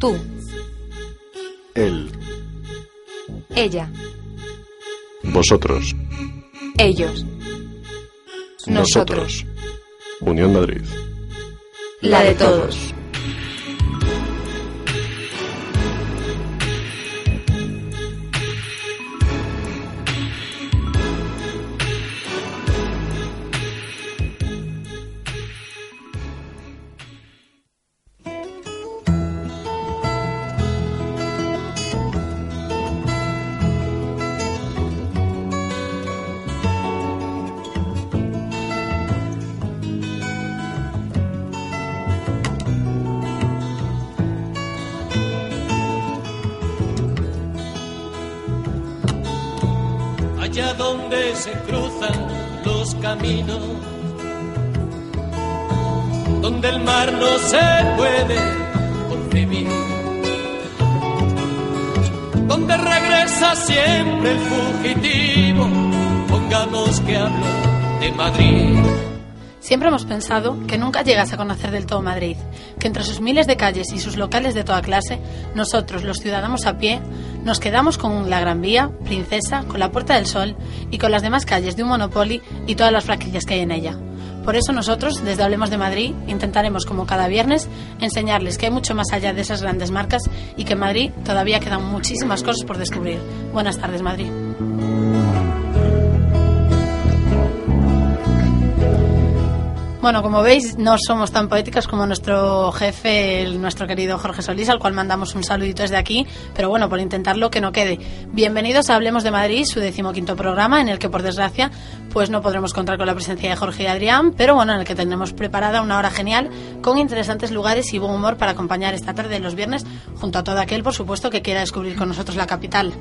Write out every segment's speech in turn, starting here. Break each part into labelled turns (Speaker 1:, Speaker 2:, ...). Speaker 1: Tú,
Speaker 2: Él,
Speaker 1: ella,
Speaker 2: vosotros,
Speaker 1: ellos,
Speaker 2: nosotros. Unión Madrid.
Speaker 1: la de todos.
Speaker 3: allá donde se cruzan los caminos, donde el mar no se puede concebir, donde regresa siempre el fugitivo, pongamos que hablo de Madrid.
Speaker 4: Siempre hemos pensado que nunca llegas a conocer del todo Madrid, que entre sus miles de calles y sus locales de toda clase, nosotros, los ciudadanos a pie, nos quedamos con la Gran Vía, Princesa, con la Puerta del Sol y con las demás calles de un Monopoly y todas las franquicias que hay en ella. Por eso nosotros, desde Hablemos de Madrid, intentaremos, como cada viernes, enseñarles que hay mucho más allá de esas grandes marcas y que en Madrid todavía quedan muchísimas cosas por descubrir. Buenas tardes, Madrid. Bueno, como veis, no somos tan poéticas como nuestro jefe, el- nuestro querido Jorge Solís, al cual mandamos un saludito desde aquí, pero bueno, por intentarlo que no quede. Bienvenidos a Hablemos de Madrid, su decimoquinto programa, en el que por desgracia, pues no podremos contar con la presencia de Jorge y Adrián, pero bueno, en el que tenemos preparada una hora genial, con interesantes lugares y buen humor para acompañar esta tarde de los viernes, junto a todo aquel, por supuesto, que quiera descubrir con nosotros la capital.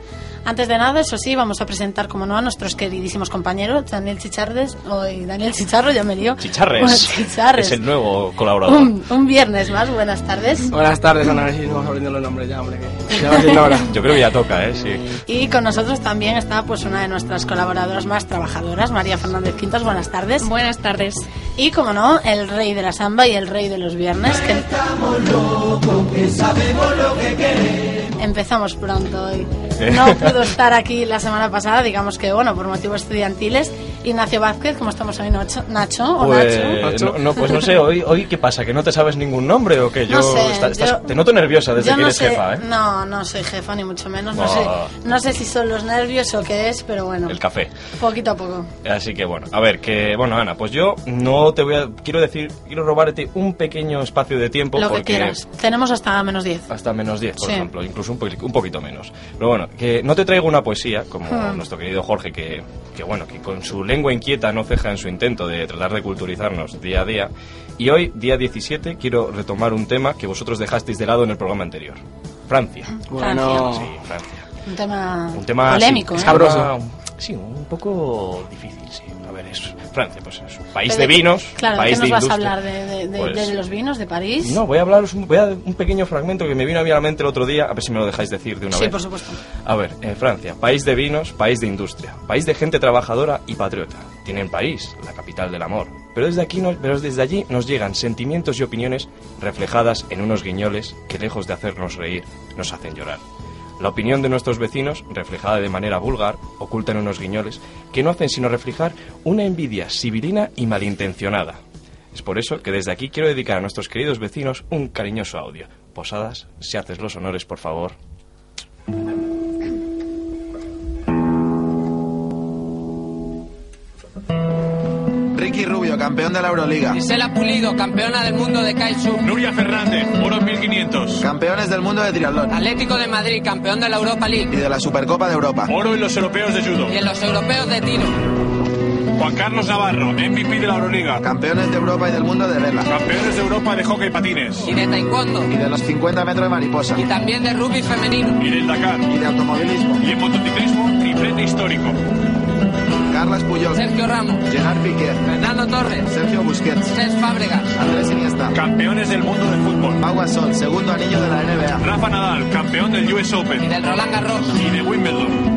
Speaker 4: Antes de nada, eso sí, vamos a presentar, como no, a nuestros queridísimos compañeros, Daniel Chichardes, hoy Daniel Chicharro, ya me lío.
Speaker 5: Chicharres.
Speaker 4: Bueno, Pues Chicharres. Mm.
Speaker 5: Es el nuevo colaborador.
Speaker 4: Un, un viernes más, buenas tardes.
Speaker 6: Buenas tardes, Ana, a ver si vamos aprendiendo los nombres ya, hombre, que ya va siendo hora.
Speaker 5: Yo creo que ya toca, ¿eh? Sí.
Speaker 4: Y con nosotros también está pues una de nuestras colaboradoras más trabajadoras, María Fernández Quintas, buenas tardes.
Speaker 1: Buenas tardes.
Speaker 4: Y como no, el rey de la samba y el rey de los viernes, que empezamos pronto hoy.
Speaker 5: Eh.
Speaker 4: No pudo estar aquí la semana pasada, digamos que bueno, por motivos estudiantiles. Ignacio Vázquez, como estamos hoy, Nacho, Nacho o Nacho.
Speaker 5: Pues
Speaker 6: Nacho.
Speaker 5: no, no, pues no sé, hoy, hoy ¿qué pasa? ¿Que no te sabes ningún nombre o que yo,
Speaker 4: No sé,
Speaker 5: está- estás-
Speaker 4: yo-
Speaker 5: Te noto nerviosa desde
Speaker 4: Yo
Speaker 5: que
Speaker 4: no
Speaker 5: eres
Speaker 4: sé, mm,
Speaker 5: jefa, ¿eh?
Speaker 4: no, no soy jefa ni mucho menos. No,
Speaker 5: No.
Speaker 4: sé, no sé si son los nervios o qué es, pero bueno,
Speaker 5: El café.
Speaker 4: poquito a poco.
Speaker 5: Así que bueno, a ver, que bueno, Ana, pues yo no te voy a. Quiero decir, quiero robarte un pequeño espacio de tiempo
Speaker 4: Lo que
Speaker 5: porque. Ah,
Speaker 4: quieras. Tenemos hasta menos 10.
Speaker 5: Hasta menos 10, por
Speaker 4: Sí.
Speaker 5: ejemplo, incluso un, po- un poquito menos. Pero bueno, que no te traigo una poesía, como nuestro querido Jorge, que, que bueno, que con su lengua inquieta no ceja en su intento de tratar de culturizarnos día a día. Y hoy, día 17, quiero retomar un tema que vosotros dejasteis de lado en el programa anterior. Francia.
Speaker 6: Bueno,
Speaker 5: Sí, Francia.
Speaker 4: Un tema,
Speaker 5: Un tema...
Speaker 4: polémico,
Speaker 5: sí,
Speaker 4: ¿eh?
Speaker 6: Sabro-
Speaker 5: un tema- Sí, un poco difícil, sí. A ver, es Francia, pues es un país de
Speaker 4: Pero qué-
Speaker 5: vinos,
Speaker 4: Claro, ¿de
Speaker 5: país
Speaker 4: ¿qué nos
Speaker 5: de
Speaker 4: vas
Speaker 5: industria.
Speaker 4: a hablar? ¿De, de- de-
Speaker 5: Pues-
Speaker 4: de los vinos de París?
Speaker 5: No, voy a hablaros un, voy a- un pequeño fragmento que me vino a mí a la mente el otro día, a ver si me lo dejáis decir de una
Speaker 4: sí,
Speaker 5: vez.
Speaker 4: por supuesto.
Speaker 5: A ver, en Francia, país de vinos, país de industria, país de gente trabajadora y patriota. Tienen París, la capital del amor. Pero desde, aquí no- pero desde allí nos llegan sentimientos y opiniones reflejadas en unos guiñoles que lejos de hacernos reír, nos hacen llorar. La opinión de nuestros vecinos, reflejada de manera vulgar, oculta en unos guiñoles que no hacen sino reflejar una envidia sibilina y malintencionada. Es por eso que desde aquí quiero dedicar a nuestros queridos vecinos un cariñoso audio. Posadas, si haces los honores, por favor.
Speaker 7: Ricky Rubio, campeón de la Euroliga.
Speaker 8: Gisela Pulido, campeona del mundo de Kaiju.
Speaker 9: Nuria Fernández, oro 1500.
Speaker 7: Campeones del mundo de triatlón
Speaker 8: Atlético de Madrid, campeón de la Europa
Speaker 7: y
Speaker 8: League.
Speaker 7: de la Supercopa de Europa.
Speaker 9: Oro en los europeos de judo.
Speaker 8: Y en los europeos de tiro.
Speaker 9: Juan Carlos Navarro, MVP de la Euroliga.
Speaker 7: Campeones de Europa y del mundo de vela.
Speaker 9: Campeones de Europa de hockey patines.
Speaker 8: Y de taekwondo.
Speaker 7: Y de los 50 metros de mariposa.
Speaker 8: Y también de rugby femenino.
Speaker 9: Y del Dakar.
Speaker 7: Y de automovilismo.
Speaker 9: Y en motociclismo, triplete histórico.
Speaker 7: Carles Puyol.
Speaker 8: Sergio Ramos.
Speaker 7: Gerard Piqué.
Speaker 8: Fernando Torres.
Speaker 7: Sergio Busquets.
Speaker 8: Cesc Fábregas.
Speaker 7: Andrés Iniesta.
Speaker 9: Campeones del mundo del fútbol.
Speaker 7: Agua Sol, segundo anillo de la NBA.
Speaker 9: Rafa Nadal, campeón del US Open.
Speaker 8: Y del Roland Garros.
Speaker 9: Y de Wimbledon.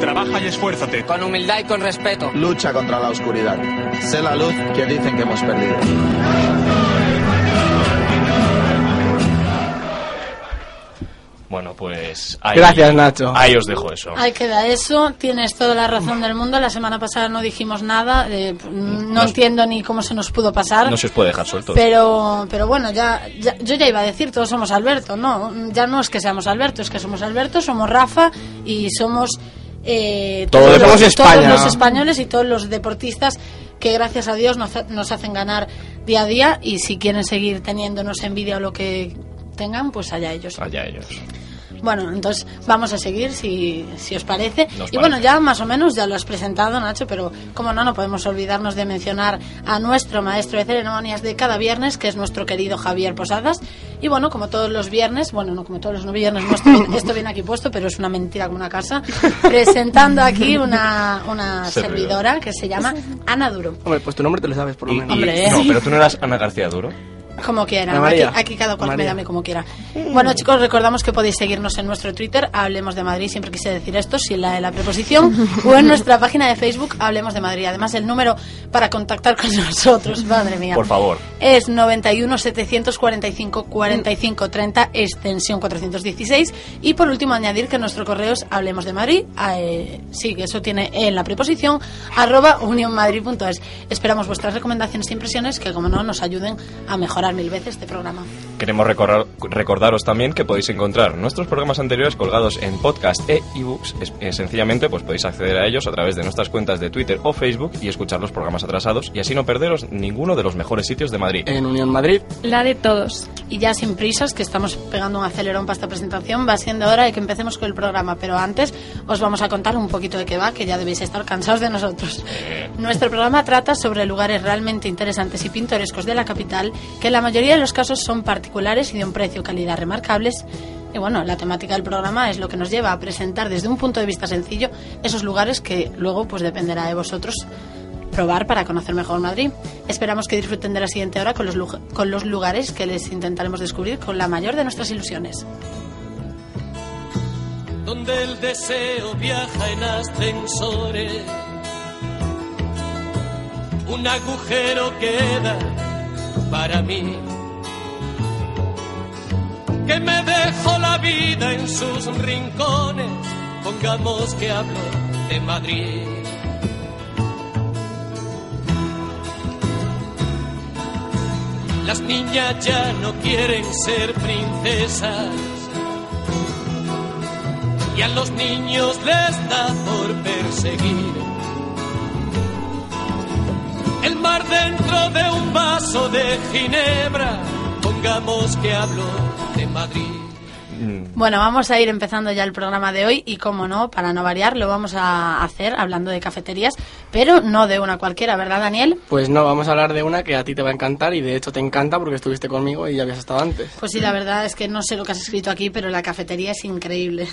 Speaker 9: Trabaja y esfuérzate.
Speaker 8: Con humildad y con respeto.
Speaker 7: Lucha contra la oscuridad. Sé la luz que dicen que hemos perdido.
Speaker 5: Bueno, pues.
Speaker 6: ahí- Gracias, Nacho.
Speaker 5: Ahí os dejo eso.
Speaker 4: Ahí queda eso, tienes toda la razón del mundo. La semana pasada no dijimos nada, eh, no
Speaker 5: Nos-
Speaker 4: entiendo ni cómo se nos pudo pasar.
Speaker 5: No se os puede dejar sueltos.
Speaker 4: Pero, pero bueno, ya, ya- yo ya iba a decir, todos somos Alberto, ¿no? Ya no es que seamos Alberto, es que somos Alberto, somos Rafa y somos eh,
Speaker 6: Todos
Speaker 4: los-
Speaker 6: somos España.
Speaker 4: todos los españoles y todos los deportistas que gracias a Dios nos, ha- nos hacen ganar día a día y si quieren seguir teniéndonos envidia o lo que tengan, pues allá ellos.
Speaker 5: Allá ellos.
Speaker 4: Bueno, entonces vamos a seguir si, si os parece.
Speaker 5: Nos
Speaker 4: y bueno,
Speaker 5: parece.
Speaker 4: ya más o menos ya lo has presentado, Nacho, pero como no, no podemos olvidarnos de mencionar a nuestro maestro de ceremonias de cada viernes, que es nuestro querido Javier Posadas. Y bueno, como todos los viernes, bueno, no como todos los no viernes, no, esto, esto viene aquí puesto, pero es una mentira como una casa, presentando aquí una, una
Speaker 5: Servidora.
Speaker 4: servidora que se llama Ana Duro.
Speaker 6: Hombre, pues tu nombre te lo sabes por lo
Speaker 5: Y-
Speaker 6: menos.
Speaker 5: y-
Speaker 4: Hombre, ¿eh?
Speaker 5: no, pero tú no eras Ana García Duro.
Speaker 4: Como quieran,
Speaker 6: Ana María.
Speaker 4: Aquí, aquí cada cual
Speaker 6: Ana
Speaker 4: me
Speaker 6: María. Mm.
Speaker 4: llame como quiera. Bueno, chicos, recordamos que podéis seguirnos en nuestro Twitter, Hablemos de Madrid, siempre quise decir esto, sin la de la preposición, o en nuestra página de Facebook, Hablemos de Madrid. Además, el número para contactar con nosotros, madre mía.
Speaker 5: Por favor.
Speaker 4: Es 91 745 45 30 extensión 416 y por último añadir que nuestro correo es hablemos de Madrid eh, sí que eso tiene en la preposición arroba unionmadrid.es esperamos vuestras recomendaciones e impresiones que como no nos ayuden a mejorar mil veces este programa
Speaker 5: Queremos recordar- recordaros también que podéis encontrar nuestros programas anteriores colgados en podcast e ebooks. Es- eh, sencillamente, pues podéis acceder a ellos a través de nuestras cuentas de Twitter o Facebook y escuchar los programas atrasados y así no perderos ninguno de los mejores sitios de Madrid.
Speaker 6: En Unión Madrid.
Speaker 1: La de todos.
Speaker 4: y ya sin prisas que estamos pegando un acelerón para esta presentación va siendo hora de que empecemos con el programa pero antes os vamos a contar un poquito de qué va que ya debéis estar cansados de nosotros Nuestro programa trata sobre lugares realmente interesantes y pintorescos de la capital, que en la mayoría de los casos son particulares y de un precio y calidad remarcables. Y bueno, la temática del programa es lo que nos lleva a presentar desde un punto de vista sencillo esos lugares que luego pues dependerá de vosotros probar para conocer mejor Madrid. Esperamos que disfruten de la siguiente hora con los, lu- con los lugares que les intentaremos descubrir con la mayor de nuestras ilusiones.
Speaker 3: donde el deseo viaja en ascensores. Un agujero queda para mí, que me dejó la vida en sus rincones. Pongamos que hablo de Madrid. Las niñas ya no quieren ser princesas y a los niños les da por perseguir. El mar dentro de un vaso de Ginebra, pongamos que hablo de Madrid.
Speaker 4: Bueno, vamos a ir empezando ya el programa de hoy y como no, para no variar, lo vamos a hacer hablando de cafeterías, pero no de una cualquiera, ¿verdad, Daniel?
Speaker 6: Pues no, vamos a hablar de una que a ti te va a encantar y de hecho te encanta porque estuviste conmigo y ya habías estado antes.
Speaker 4: Pues sí, la verdad es que no sé lo que has escrito aquí, pero la cafetería es increíble.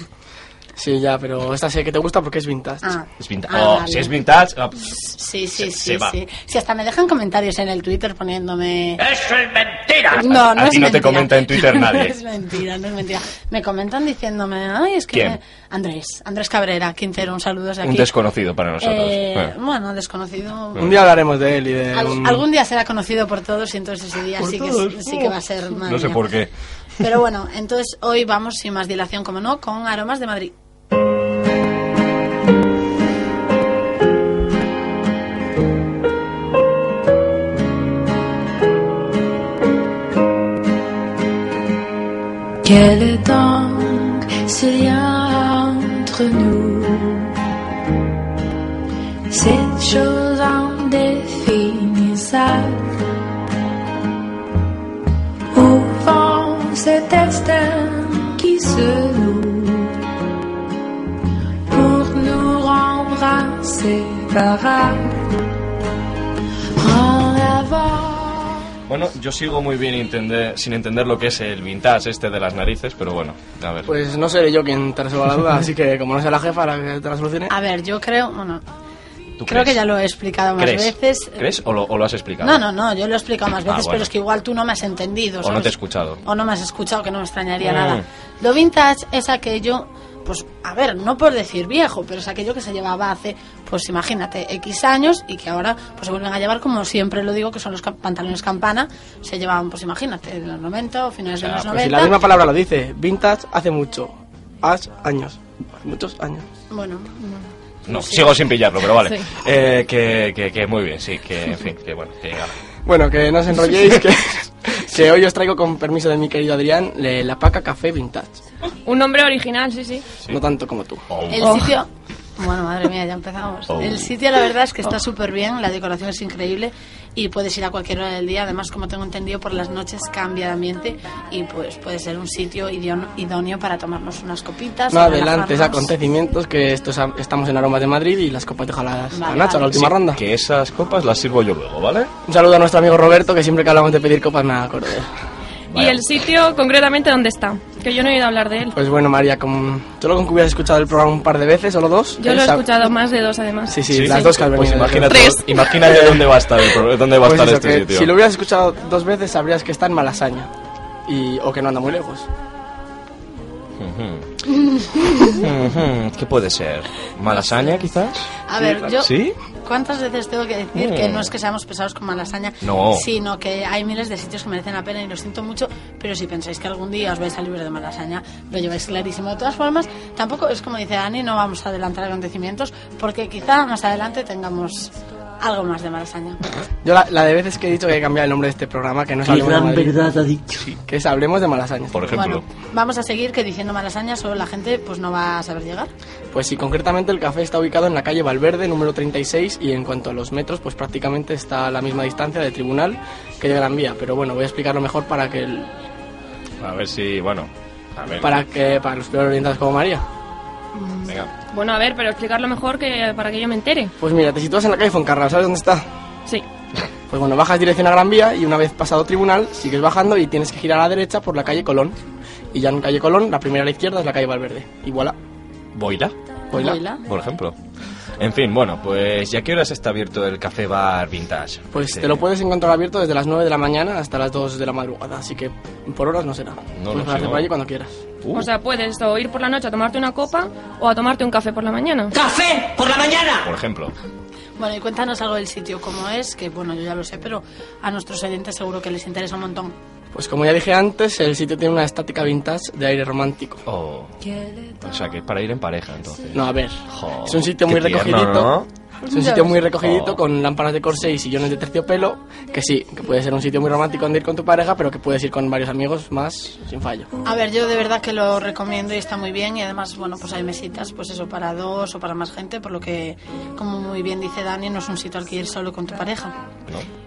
Speaker 6: Sí, ya, pero esta sé que te gusta porque es vintage.
Speaker 4: Ah,
Speaker 5: Es vintage.
Speaker 4: ah,
Speaker 5: Oh,
Speaker 4: vale. Pues
Speaker 5: Si es vintage. ah, pff.
Speaker 4: Sí, sí,
Speaker 5: se-
Speaker 4: sí,
Speaker 5: se va.
Speaker 4: sí. Si hasta me dejan comentarios en el Twitter poniéndome...
Speaker 5: ¡Eso es mentira!
Speaker 4: No, no
Speaker 5: a
Speaker 4: es
Speaker 5: ti no te
Speaker 4: mentira.
Speaker 5: comenta en Twitter
Speaker 4: No
Speaker 5: nadie.
Speaker 4: es mentira, no es mentira. Me comentan diciéndome, ay, es que...
Speaker 5: ¿Quién?
Speaker 4: me- Andrés, Andrés Cabrera, Quintero, un saludo desde aquí.
Speaker 5: Un desconocido Mm. para nosotros.
Speaker 4: Eh,
Speaker 5: Eh.
Speaker 4: Bueno, desconocido...
Speaker 6: Un día hablaremos de él y de...
Speaker 4: Al-
Speaker 6: un-
Speaker 4: algún día será conocido por todos y entonces ese día
Speaker 5: Por
Speaker 4: sí que,
Speaker 5: todos.
Speaker 4: sí que va a ser madre
Speaker 5: No sé
Speaker 4: mía.
Speaker 5: por qué.
Speaker 4: Pero bueno, entonces hoy vamos sin más dilación, como no, con Aromas de Madrid.
Speaker 10: Quel est donc ce lien entre nous Cette chose indéfinissable Au fond, cet destin qui se noue Pour nous rendre inséparables. En avant.
Speaker 5: Bueno, yo sigo muy bien entender, sin entender lo que es el vintage este de las narices, pero bueno, a ver.
Speaker 6: Pues no seré yo quien te resuelva la duda, así que como no sea la jefa la que te la solucione.
Speaker 4: A ver, yo creo, bueno,
Speaker 5: ¿tú
Speaker 4: creo
Speaker 5: crees?
Speaker 4: que ya lo he explicado más
Speaker 5: ¿Crees?
Speaker 4: veces.
Speaker 5: ¿Crees o lo, o lo has explicado?
Speaker 4: No, no, no, yo lo he explicado más
Speaker 5: Ah,
Speaker 4: veces,
Speaker 5: bueno.
Speaker 4: pero es que igual tú no me has entendido.
Speaker 5: O no
Speaker 4: ¿sabes?
Speaker 5: te he escuchado.
Speaker 4: o no me has escuchado, que no me extrañaría
Speaker 5: Mm.
Speaker 4: nada. Lo vintage es aquello, pues, a ver, no por decir viejo, pero es aquello que se llevaba hace, pues imagínate, X años y que ahora pues se vuelven a llevar, como siempre lo digo, que son los cam- pantalones campana, se llevaban, pues imagínate, en los 90 o finales de los
Speaker 6: Pues si
Speaker 4: 90.
Speaker 6: la misma palabra lo dice, vintage hace mucho, hace años, hace muchos años.
Speaker 4: Bueno,
Speaker 5: No, sigo sin pillarlo, pero vale.
Speaker 4: Sí.
Speaker 5: Eh, que, que, que muy bien, sí, que en fin, que bueno, que gana.
Speaker 6: Bueno, que no os enrolléis, que, que hoy os traigo con permiso de mi querido Adrián le- la paca café vintage,
Speaker 11: Un nombre original, sí, sí.
Speaker 6: no tanto como tú.
Speaker 4: El sitio. Oh. Bueno, madre mía, ya empezamos.
Speaker 6: Oh.
Speaker 4: El sitio, la verdad, es que está súper bien, la decoración es increíble y puedes ir a cualquier hora del día. Además, como tengo entendido, por las noches cambia de ambiente y pues puede ser un sitio idóneo- idóneo para tomarnos unas copitas.
Speaker 6: No
Speaker 4: para
Speaker 6: adelantes
Speaker 4: relajarnos.
Speaker 6: acontecimientos que estos am- estamos en Aromas de Madrid y las copas de las
Speaker 4: Vale,
Speaker 6: a Nacho,
Speaker 4: vale.
Speaker 6: la última
Speaker 4: Sí,
Speaker 6: ronda.
Speaker 5: Que esas copas las sirvo yo luego, ¿vale?
Speaker 6: Un saludo a nuestro amigo Roberto que siempre que hablamos de pedir copas me acuerdo. de él.
Speaker 11: Y el sitio, concretamente, ¿dónde está? Que yo no he oído hablar de él.
Speaker 6: Pues bueno María, con... solo con que hubieras escuchado el programa un par de veces, solo dos.
Speaker 11: Yo lo he
Speaker 6: esa-
Speaker 11: escuchado más de dos, además.
Speaker 6: Sí, sí, las dos que han
Speaker 5: Pues
Speaker 6: venido.
Speaker 5: imagínate,
Speaker 6: Tres.
Speaker 5: imagínate dónde va a estar, el pro- dónde va
Speaker 6: Pues
Speaker 5: a estar
Speaker 6: eso,
Speaker 5: este
Speaker 6: que
Speaker 5: sitio.
Speaker 6: Si lo hubieras escuchado dos veces sabrías que está en Malasaña y... o que no anda muy lejos.
Speaker 5: Ujú. Ujú, ¿Qué puede ser? ¿Malasaña, quizás?
Speaker 4: A ver, yo.
Speaker 5: ¿Sí?
Speaker 4: ¿Cuántas veces tengo que decir
Speaker 5: Mm.
Speaker 4: que no es que seamos pesados con malasaña?
Speaker 5: No.
Speaker 4: Sino que hay miles de sitios que merecen la pena y lo siento mucho, pero si pensáis que algún día os vais a librar de malasaña, lo lleváis clarísimo. De todas formas, tampoco es como dice Dani, no vamos a adelantar acontecimientos, porque quizá más adelante tengamos algo más de malasaña.
Speaker 6: Yo la, la de veces que he dicho que he cambiado el nombre de este programa, que no es
Speaker 12: Qué
Speaker 6: Hablemos de
Speaker 12: gran
Speaker 6: Madrid,
Speaker 12: verdad ha dicho.
Speaker 6: que es Hablemos de Malasaña. Por
Speaker 4: Bueno, vamos a seguir que diciendo malasaña solo la gente pues no va a saber llegar.
Speaker 6: Pues sí, concretamente el café está ubicado en la calle Valverde, número 36, y en cuanto a los metros, pues prácticamente está a la misma distancia de Tribunal que de Gran Vía. Pero bueno, voy a explicarlo mejor para que el-
Speaker 5: A ver si, bueno. A ver.
Speaker 6: para que para los peor orientados como María.
Speaker 5: Venga.
Speaker 11: Bueno, a ver, pero explicarlo mejor que para que yo me entere.
Speaker 6: Pues mira, te sitúas en la calle Foncarral, ¿sabes dónde está?
Speaker 11: Sí.
Speaker 6: Pues bueno, bajas dirección a Gran Vía y una vez pasado Tribunal, sigues bajando y tienes que girar a la derecha por la calle Colón. Y ya en calle Colón, la primera a la izquierda es la calle Valverde. Y voilà.
Speaker 5: ¿Boila?
Speaker 6: Boila. Boila.
Speaker 5: Por ejemplo. En fin, bueno, pues ¿ya qué horas está abierto el café bar vintage?
Speaker 6: Pues
Speaker 5: Sí.
Speaker 6: te lo puedes encontrar abierto desde las 9 de la mañana hasta las 2 de la madrugada, así que por horas no será.
Speaker 5: lo
Speaker 6: puedes
Speaker 5: sé,
Speaker 6: pasarte
Speaker 5: no.
Speaker 6: por allí cuando quieras.
Speaker 5: Uh.
Speaker 11: O sea, puedes o ir por la noche a tomarte una copa o a tomarte un café por la mañana. ¡Café por la mañana!
Speaker 5: Por ejemplo.
Speaker 4: Bueno, y cuéntanos algo del sitio, cómo es, que bueno, yo ya lo sé, pero a nuestros oyentes seguro que les interesa un montón.
Speaker 6: Pues como ya dije antes, el sitio tiene una estática vintage de aire romántico.
Speaker 5: Oh. O sea, que es para ir en pareja, entonces.
Speaker 6: No, a ver.
Speaker 5: Jo,
Speaker 6: es un sitio
Speaker 5: qué
Speaker 6: muy
Speaker 5: tierno,
Speaker 6: recogidito.
Speaker 5: ¿no?
Speaker 6: Es un sitio muy
Speaker 5: Ya ves.
Speaker 6: recogidito
Speaker 5: Oh.
Speaker 6: con lámparas de corsé y sillones de terciopelo. Que sí, que puede ser un sitio muy romántico donde ir con tu pareja, pero que puedes ir con varios amigos más sin fallo.
Speaker 4: A ver, yo de verdad que lo recomiendo y está muy bien y además, bueno, pues hay mesitas, pues eso, para dos o para más gente, por lo que, como muy bien dice Dani, no es un sitio al que ir solo con tu pareja.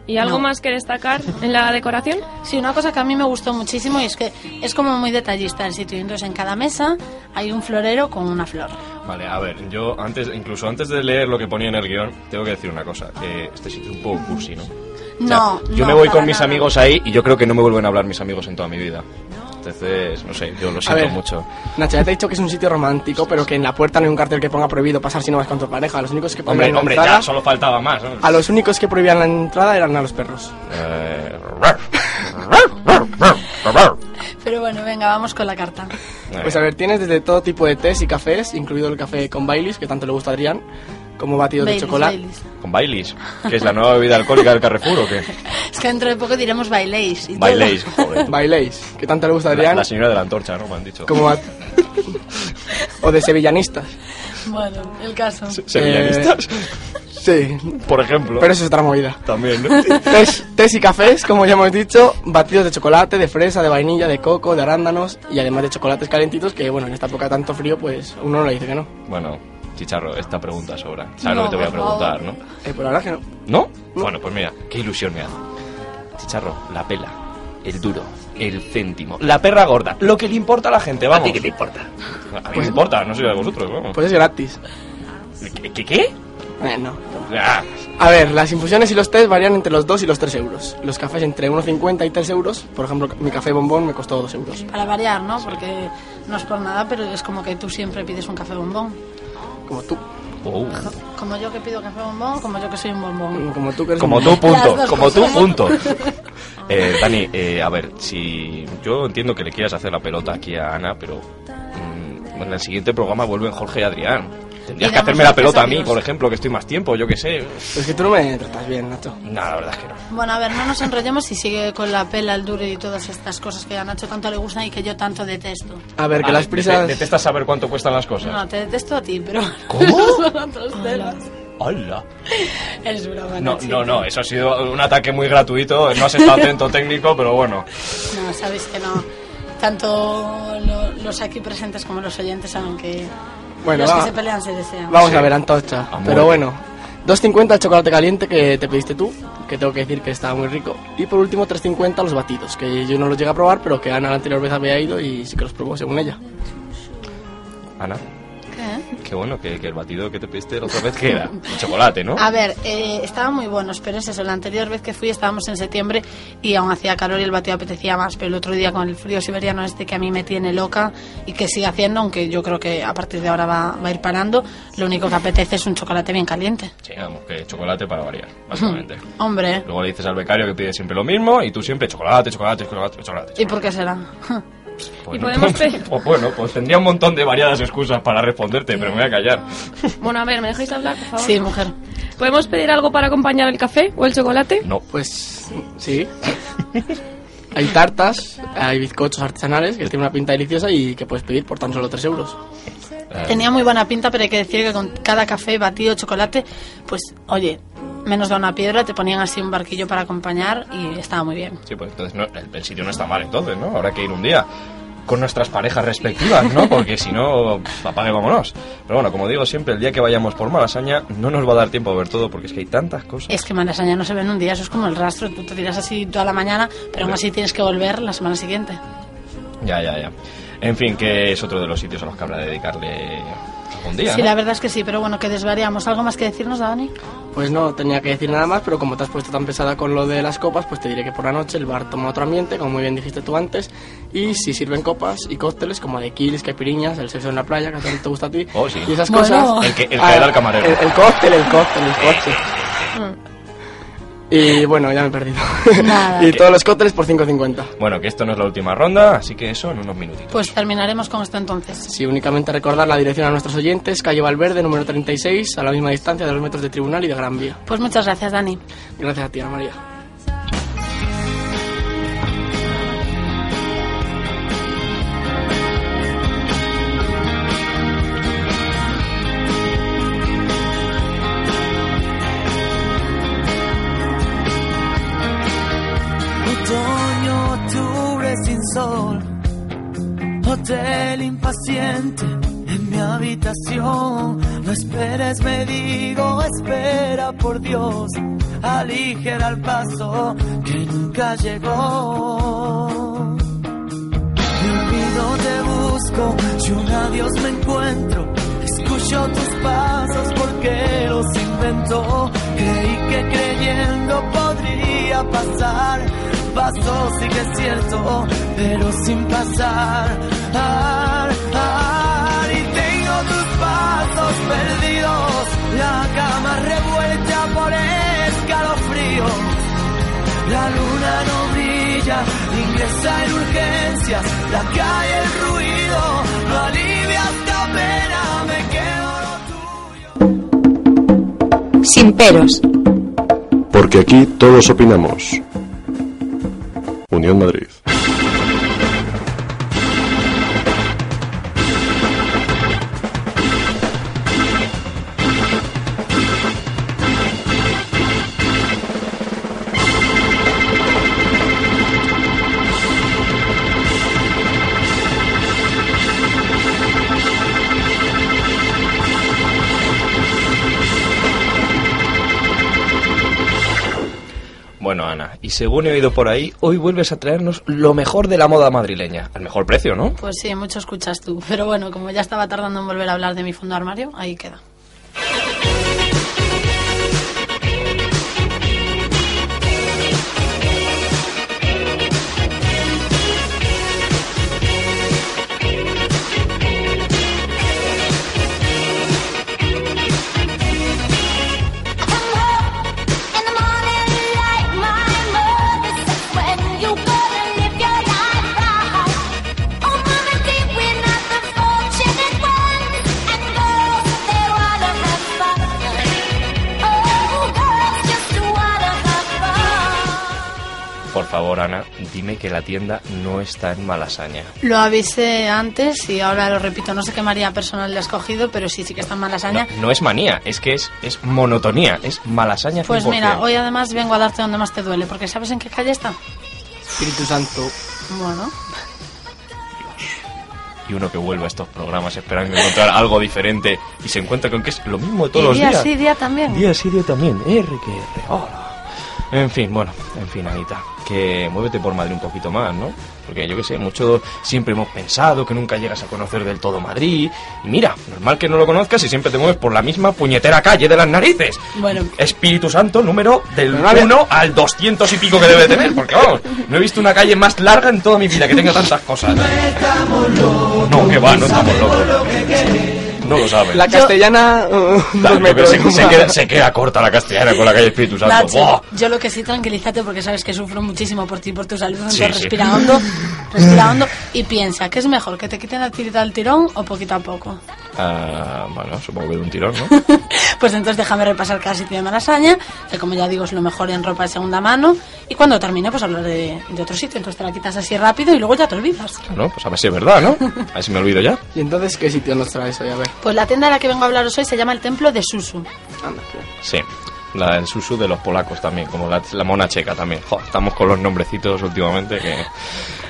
Speaker 11: ¿Y algo
Speaker 4: No.
Speaker 11: más que destacar en la decoración?
Speaker 4: Sí, una cosa que a mí me gustó muchísimo y es que es como muy detallista el sitio, entonces en cada mesa hay un florero con una flor.
Speaker 5: Vale, a ver, yo antes, incluso antes de leer lo que ponía en el guión, tengo que decir una cosa, que este sitio es un poco cursi, ¿no? O sea,
Speaker 4: No,
Speaker 5: yo
Speaker 4: no,
Speaker 5: me voy
Speaker 4: para
Speaker 5: con mis
Speaker 4: nada.
Speaker 5: amigos ahí y yo creo que no me vuelven a hablar mis amigos en toda mi vida. Entonces, no sé, yo lo siento
Speaker 6: ver.
Speaker 5: mucho.
Speaker 6: Nacho, ya te he dicho que es un sitio romántico, pero que en la puerta no hay un cartel que ponga prohibido pasar si no vas con tu pareja. Los únicos que
Speaker 5: Hombre,
Speaker 6: prohibían la
Speaker 5: hombre,
Speaker 6: entrada-
Speaker 5: ya solo faltaba más, ¿no?
Speaker 6: A los únicos que prohibían la entrada eran a los perros.
Speaker 5: Eh,
Speaker 4: Pero bueno, venga, vamos con la carta.
Speaker 6: Pues a ver, tienes desde todo tipo de tés y cafés, incluido el café con Baileys, que tanto le gusta a Adrián, como batidos
Speaker 4: Baileys,
Speaker 6: de chocolate.
Speaker 4: Baileys.
Speaker 5: ¿Con Baileys? ¿Que es la nueva bebida alcohólica del Carrefour o qué?
Speaker 4: Es que dentro de poco diremos bailéis. y todo.
Speaker 5: Baileys, joder.
Speaker 6: Baileys, que tanto le gusta a
Speaker 5: La,
Speaker 6: Adrián,
Speaker 5: la señora de la antorcha, ¿no? Me han dicho.
Speaker 6: como bat- o de sevillanistas.
Speaker 4: Bueno, el caso.
Speaker 5: ¿Sevillanistas?
Speaker 6: Sí.
Speaker 5: Por ejemplo.
Speaker 6: eh, Pero eso es otra movida.
Speaker 5: También, ¿no?
Speaker 6: Tés, tés y cafés, como ya hemos dicho, batidos de chocolate, de fresa, de vainilla, de coco, de arándanos y además de chocolates calentitos que, bueno, en esta época de tanto frío, pues uno no le dice que no.
Speaker 5: Bueno, Chicharro, esta pregunta sobra. Sabes lo
Speaker 6: No,
Speaker 5: que te voy a
Speaker 6: por favor.
Speaker 5: preguntar, ¿no?
Speaker 6: Eh, pues la verdad que no.
Speaker 5: ¿No? Bueno, pues mira, qué ilusión me hace. Chicharro, la pela, el duro, el céntimo, la perra gorda, lo que le importa a la gente, vamos. ¿A ti qué te importa? A mí me importa, no sé a vosotros, vamos.
Speaker 6: Pues es gratis.
Speaker 5: ¿Qué? Ah, qué?
Speaker 6: Eh, no. A ver, las infusiones y los tés varían entre los 2 y los 3 euros. Los cafés entre 1,50 y 3 euros. Por ejemplo, mi café bombón me costó 2 euros.
Speaker 4: Para variar, ¿no? Porque no es por nada, pero es como que tú siempre pides un café bombón.
Speaker 6: Como tú.
Speaker 5: oh.
Speaker 4: Como yo que pido café bombón, como yo que soy un bombón.
Speaker 6: Como tú que eres
Speaker 5: Como
Speaker 6: un-
Speaker 5: tú, punto.
Speaker 4: Las dos
Speaker 5: Como tú,
Speaker 4: cosas.
Speaker 5: punto. Eh, Dani, eh, a ver, si yo entiendo que le quieras hacer la pelota aquí a Ana, pero mm, en el siguiente programa vuelven Jorge y Adrián. Tendrías que
Speaker 6: damos
Speaker 5: hacerme la
Speaker 6: gracias
Speaker 5: pelota
Speaker 6: a
Speaker 5: a mí,
Speaker 6: Dios.
Speaker 5: por ejemplo, que estoy más tiempo, yo qué sé.
Speaker 6: Es que tú no me tratas bien, Nacho.
Speaker 5: No, la verdad es que no.
Speaker 4: Bueno, a ver, no nos enrollemos y sigue con la pela, el duro y todas estas cosas que a Nacho tanto le gustan y que yo tanto detesto.
Speaker 6: A ver, que
Speaker 5: Ah,
Speaker 6: las prisas-
Speaker 5: dete- Detestas saber cuánto cuestan las cosas.
Speaker 4: No, te detesto a ti, pero...
Speaker 5: ¿Cómo?
Speaker 4: son otros temas.
Speaker 5: ¡Hala!
Speaker 4: Es broma,
Speaker 5: No,
Speaker 4: Nacho.
Speaker 5: no, no, eso ha sido un ataque muy gratuito. No has estado atento técnico, pero bueno.
Speaker 4: No, sabéis que no. Tanto lo- los aquí presentes como los oyentes saben que
Speaker 6: Bueno,
Speaker 4: los
Speaker 6: va-
Speaker 4: que se pelean se desean.
Speaker 6: Vamos a ver, Antocha.
Speaker 5: Ah,
Speaker 6: Pero bueno, 2.50 el chocolate caliente que te pediste tú, que tengo que decir que estaba muy rico. Y por último, 3.50 los batidos, que yo no los llegué a probar, pero que Ana la anterior vez había ido y sí que los probó según ella.
Speaker 5: Ana,
Speaker 4: ¿Qué?
Speaker 5: qué bueno que, que el batido que te pediste la otra vez que era chocolate, ¿no?
Speaker 4: A ver, eh, estaban muy buenos, pero es eso. La anterior vez que fui estábamos en septiembre y aún hacía calor y el batido apetecía más. Pero el otro día con el frío siberiano este que a mí me tiene loca y que sigue haciendo, aunque yo creo que a partir de ahora va, va a ir parando, lo único que apetece es un chocolate bien caliente.
Speaker 5: Sí, vamos, que chocolate para variar, básicamente.
Speaker 4: Hombre,
Speaker 5: Luego le dices al becario que pide siempre lo mismo y tú siempre chocolate, chocolate, chocolate, chocolate.
Speaker 4: ¿y por qué será?
Speaker 5: Pues
Speaker 11: Y
Speaker 5: no-
Speaker 11: podemos pe-
Speaker 5: pues bueno, pues tendría un montón de variadas excusas para responderte, pero me voy a callar.
Speaker 11: Bueno, a ver, ¿me dejáis hablar, por favor?
Speaker 4: Sí, mujer.
Speaker 11: ¿Podemos pedir algo para acompañar el café o el chocolate?
Speaker 5: No.
Speaker 6: Pues sí. hay tartas, hay bizcochos artesanales que tienen una pinta deliciosa y que puedes pedir por tan solo 3 euros.
Speaker 5: eh,
Speaker 4: Tenía muy buena pinta, pero hay que decir que con cada café, batido, chocolate, pues oye, menos da una piedra, te ponían así un barquillo para acompañar y estaba muy bien.
Speaker 5: Sí, pues entonces no- el, el sitio no está mal entonces, ¿no? Habrá que ir un día con nuestras parejas respectivas, ¿no? Porque si no, pff, apague, vámonos. Pero bueno, como digo siempre, el día que vayamos por Malasaña no nos va a dar tiempo a ver todo porque es que hay tantas cosas.
Speaker 4: Es que Malasaña no se ve en un día, eso es como el rastro, tú te tiras así toda la mañana, pero aún así tienes que volver la semana siguiente.
Speaker 5: Ya, ya, ya. En fin, que es otro de los sitios a los que habrá de dedicarle algún día.
Speaker 4: Sí,
Speaker 5: ¿no?
Speaker 4: la verdad es que sí, pero bueno, que desvariamos. ¿Algo más que decirnos, Dani?
Speaker 6: Pues no, tenía que decir nada más, pero como te has puesto tan pesada con lo de las copas, pues te diré que por la noche el bar toma otro ambiente, como muy bien dijiste tú antes, y si sirven copas y cócteles como de kilis, caipiriñas, el sexo en la playa, que tanto te gusta a ti,
Speaker 5: Oh, sí.
Speaker 6: y esas
Speaker 5: Bueno.
Speaker 6: cosas...
Speaker 5: El que- el que
Speaker 6: Ah,
Speaker 5: da el camarero. Eh,
Speaker 6: El, el cóctel, el cóctel, el cóctel. Y bueno, ya me he perdido. y todos los cócteles por 5.50.
Speaker 5: Bueno, que esto no es la última ronda, así que eso en unos minutitos.
Speaker 4: Pues terminaremos con esto entonces.
Speaker 6: Sí, únicamente recordar la dirección a nuestros oyentes, calle Valverde, número 36, a la misma distancia de los metros de Tribunal y de Gran Vía.
Speaker 4: Pues muchas gracias, Dani.
Speaker 6: Gracias a ti, Ana María.
Speaker 12: Otoño, octubre sin sol, hotel impaciente en mi habitación. No esperes, me digo, espera por Dios, aligera el paso que nunca llegó. Te olvido, te busco, si un adiós me encuentro. Escucho tus pasos porque los inventó. Creí que creyendo podría pasar. Pasó, sí que es cierto, pero sin pasar. Ar, ar, y tengo tus pasos perdidos. La cama revuelta por escalofríos. La luna no brilla, ingresa en urgencias, la calle el ruido, no alivia esta pena, me quedo.
Speaker 1: Sin peros.
Speaker 2: Porque aquí todos opinamos. Unión Madrid.
Speaker 5: Bueno, Ana, y según he oído por ahí, hoy vuelves a traernos lo mejor de la moda madrileña. Al mejor precio, ¿no?
Speaker 4: Pues sí, mucho escuchas tú. Pero bueno, como ya estaba tardando en volver a hablar de mi fondo armario, ahí queda.
Speaker 5: favor, Ana, dime que la tienda no está en Malasaña.
Speaker 4: Lo avisé antes y ahora lo repito. No sé qué María personal le has cogido, pero sí, sí que está en Malasaña.
Speaker 5: No es manía, es que es, es monotonía, es Malasaña 100%.
Speaker 4: pues mira, hoy además vengo a darte donde más te duele, porque ¿sabes en qué calle está?
Speaker 6: Espíritu Santo.
Speaker 4: Bueno,
Speaker 5: Y uno que vuelve a estos programas esperando encontrar algo diferente y se encuentra con que es lo mismo todos los
Speaker 4: y día
Speaker 5: días.
Speaker 4: sí, día también.
Speaker 5: Día sí, día también. R que R. Hola. En fin, bueno, en fin, Anita, que muévete por Madrid un poquito más, ¿no? Porque yo que sé, mucho siempre hemos pensado que nunca llegas a conocer del todo Madrid. Y mira, normal que no lo conozcas y siempre te mueves por la misma puñetera calle de las narices.
Speaker 4: Bueno,
Speaker 5: Espíritu Santo, número del
Speaker 6: no había-
Speaker 5: 1 al 200 y pico que debe tener, porque vamos, no he visto una calle más larga en toda mi vida que tenga tantas cosas. No, que va, no estamos locos. No lo saben.
Speaker 6: La castellana.
Speaker 5: Da,
Speaker 6: uh, dos
Speaker 5: yo creo que
Speaker 6: metros.
Speaker 5: se, se queda, se queda corta la castellana con la calle Espíritu Santo.
Speaker 4: Nacho,
Speaker 5: ¡Buah!
Speaker 4: yo lo que sí, tranquilízate porque sabes que sufro muchísimo por ti y por tus alumnos.
Speaker 5: Sí,
Speaker 4: Entonces,
Speaker 5: sí.
Speaker 4: respira hondo, respira hondo y piensa, ¿qué es mejor? ¿Que te quiten la tirita del tirón o poquito a poco?
Speaker 5: Ah, bueno, supongo que de un tirón, ¿no?
Speaker 4: Pues entonces déjame repasar cada sitio de Malasaña, que como ya digo es lo mejor en ropa de segunda mano. Y cuando termine, pues hablar de, de otro sitio. Entonces te la quitas así rápido y luego ya te olvidas.
Speaker 5: No, pues a ver si es verdad, ¿no? A ver si me olvido ya.
Speaker 6: ¿Y entonces qué sitio nos traes hoy? A ver.
Speaker 4: Pues la tienda de la que vengo a hablaros hoy se llama el Templo de Susu.
Speaker 6: Anda, que-
Speaker 5: Sí, la del susu de los polacos también, como la, la mona checa también. Jo, estamos con los nombrecitos últimamente que...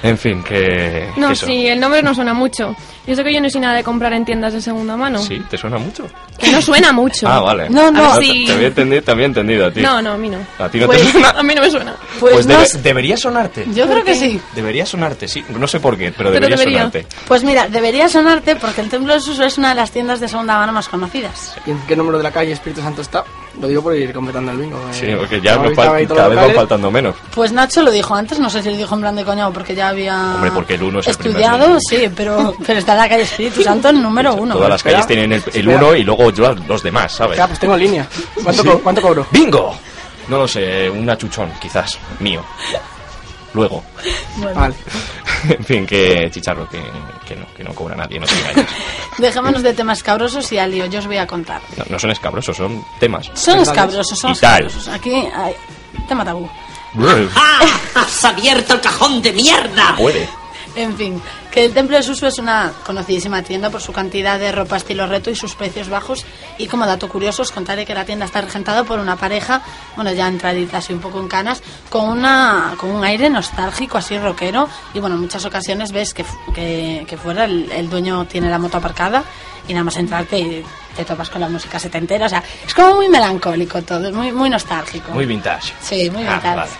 Speaker 5: En fin, que... que
Speaker 11: No,
Speaker 5: eso.
Speaker 11: sí, el nombre no suena mucho. Y eso que yo no soy nada de comprar en tiendas de segunda mano.
Speaker 5: Sí, ¿te suena mucho?
Speaker 11: Que no suena mucho.
Speaker 5: Ah, vale.
Speaker 11: No, no.
Speaker 5: Ah, te-
Speaker 11: Sí.
Speaker 5: Te, había entendido, te había entendido a ti.
Speaker 11: No, no, a mí no.
Speaker 5: A ti no te
Speaker 11: Pues,
Speaker 5: suena.
Speaker 11: a mí no me suena.
Speaker 5: Pues, debe- debería sonarte.
Speaker 4: Yo creo que sí.
Speaker 5: Debería sonarte, sí. No sé por qué, pero
Speaker 4: Pero
Speaker 5: debería,
Speaker 4: debería.
Speaker 5: sonarte.
Speaker 4: Pues mira, debería sonarte porque el Templo de Susu es una de las tiendas de segunda mano más conocidas.
Speaker 6: ¿Y en qué número de la calle Espíritu Santo está? Lo digo por ir completando el bingo. eh.
Speaker 5: Sí, porque ya
Speaker 6: Como
Speaker 5: me
Speaker 6: ahorita
Speaker 5: fal-
Speaker 6: vais todos
Speaker 5: cada vez van
Speaker 6: locales,
Speaker 5: faltando menos.
Speaker 4: Pues Nacho lo dijo antes, no sé si lo dijo en plan de coña o porque ya había
Speaker 5: Hombre, porque el uno es el primer
Speaker 4: estudiado, sí, pero, pero está en la calle Espíritu Santo el número uno.
Speaker 5: Todas las calles tienen el, el uno y luego yo a los demás, ¿sabes?
Speaker 6: Ya, pues tengo línea. ¿Cuánto,
Speaker 5: Sí.
Speaker 6: co- cuánto cobro?
Speaker 5: ¡Bingo! No lo sé, un achuchón, quizás, mío. Luego.
Speaker 4: Bueno.
Speaker 6: Vale.
Speaker 5: en fin, que chicharro, que, que no, que no cobra nadie, no te engañes.
Speaker 4: Dejémonos de temas cabrosos y al lío, yo os voy a contar.
Speaker 5: No, no son escabrosos, son temas.
Speaker 4: Son escabrosos, son
Speaker 5: Y tal.
Speaker 4: escabrosos. Aquí hay tema tabú.
Speaker 5: Brr,
Speaker 10: Ah,
Speaker 4: ¡Has abierto el cajón de mierda!
Speaker 5: Puede.
Speaker 4: En fin, que el Templo de Susu es una conocidísima tienda por su cantidad de ropa estilo reto y sus precios bajos. Y como dato curioso, os contaré que la tienda está regentada por una pareja, bueno, ya entradita así un poco en canas, con, una, con un aire nostálgico, así rockero. Y bueno, en muchas ocasiones ves que, fu- que, que fuera el, el dueño tiene la moto aparcada y nada más entrarte te topas con la música setentera. O sea, es como muy melancólico todo, es muy, muy nostálgico.
Speaker 5: Muy vintage.
Speaker 4: Sí, muy
Speaker 5: Ah,
Speaker 4: vintage.
Speaker 5: vale.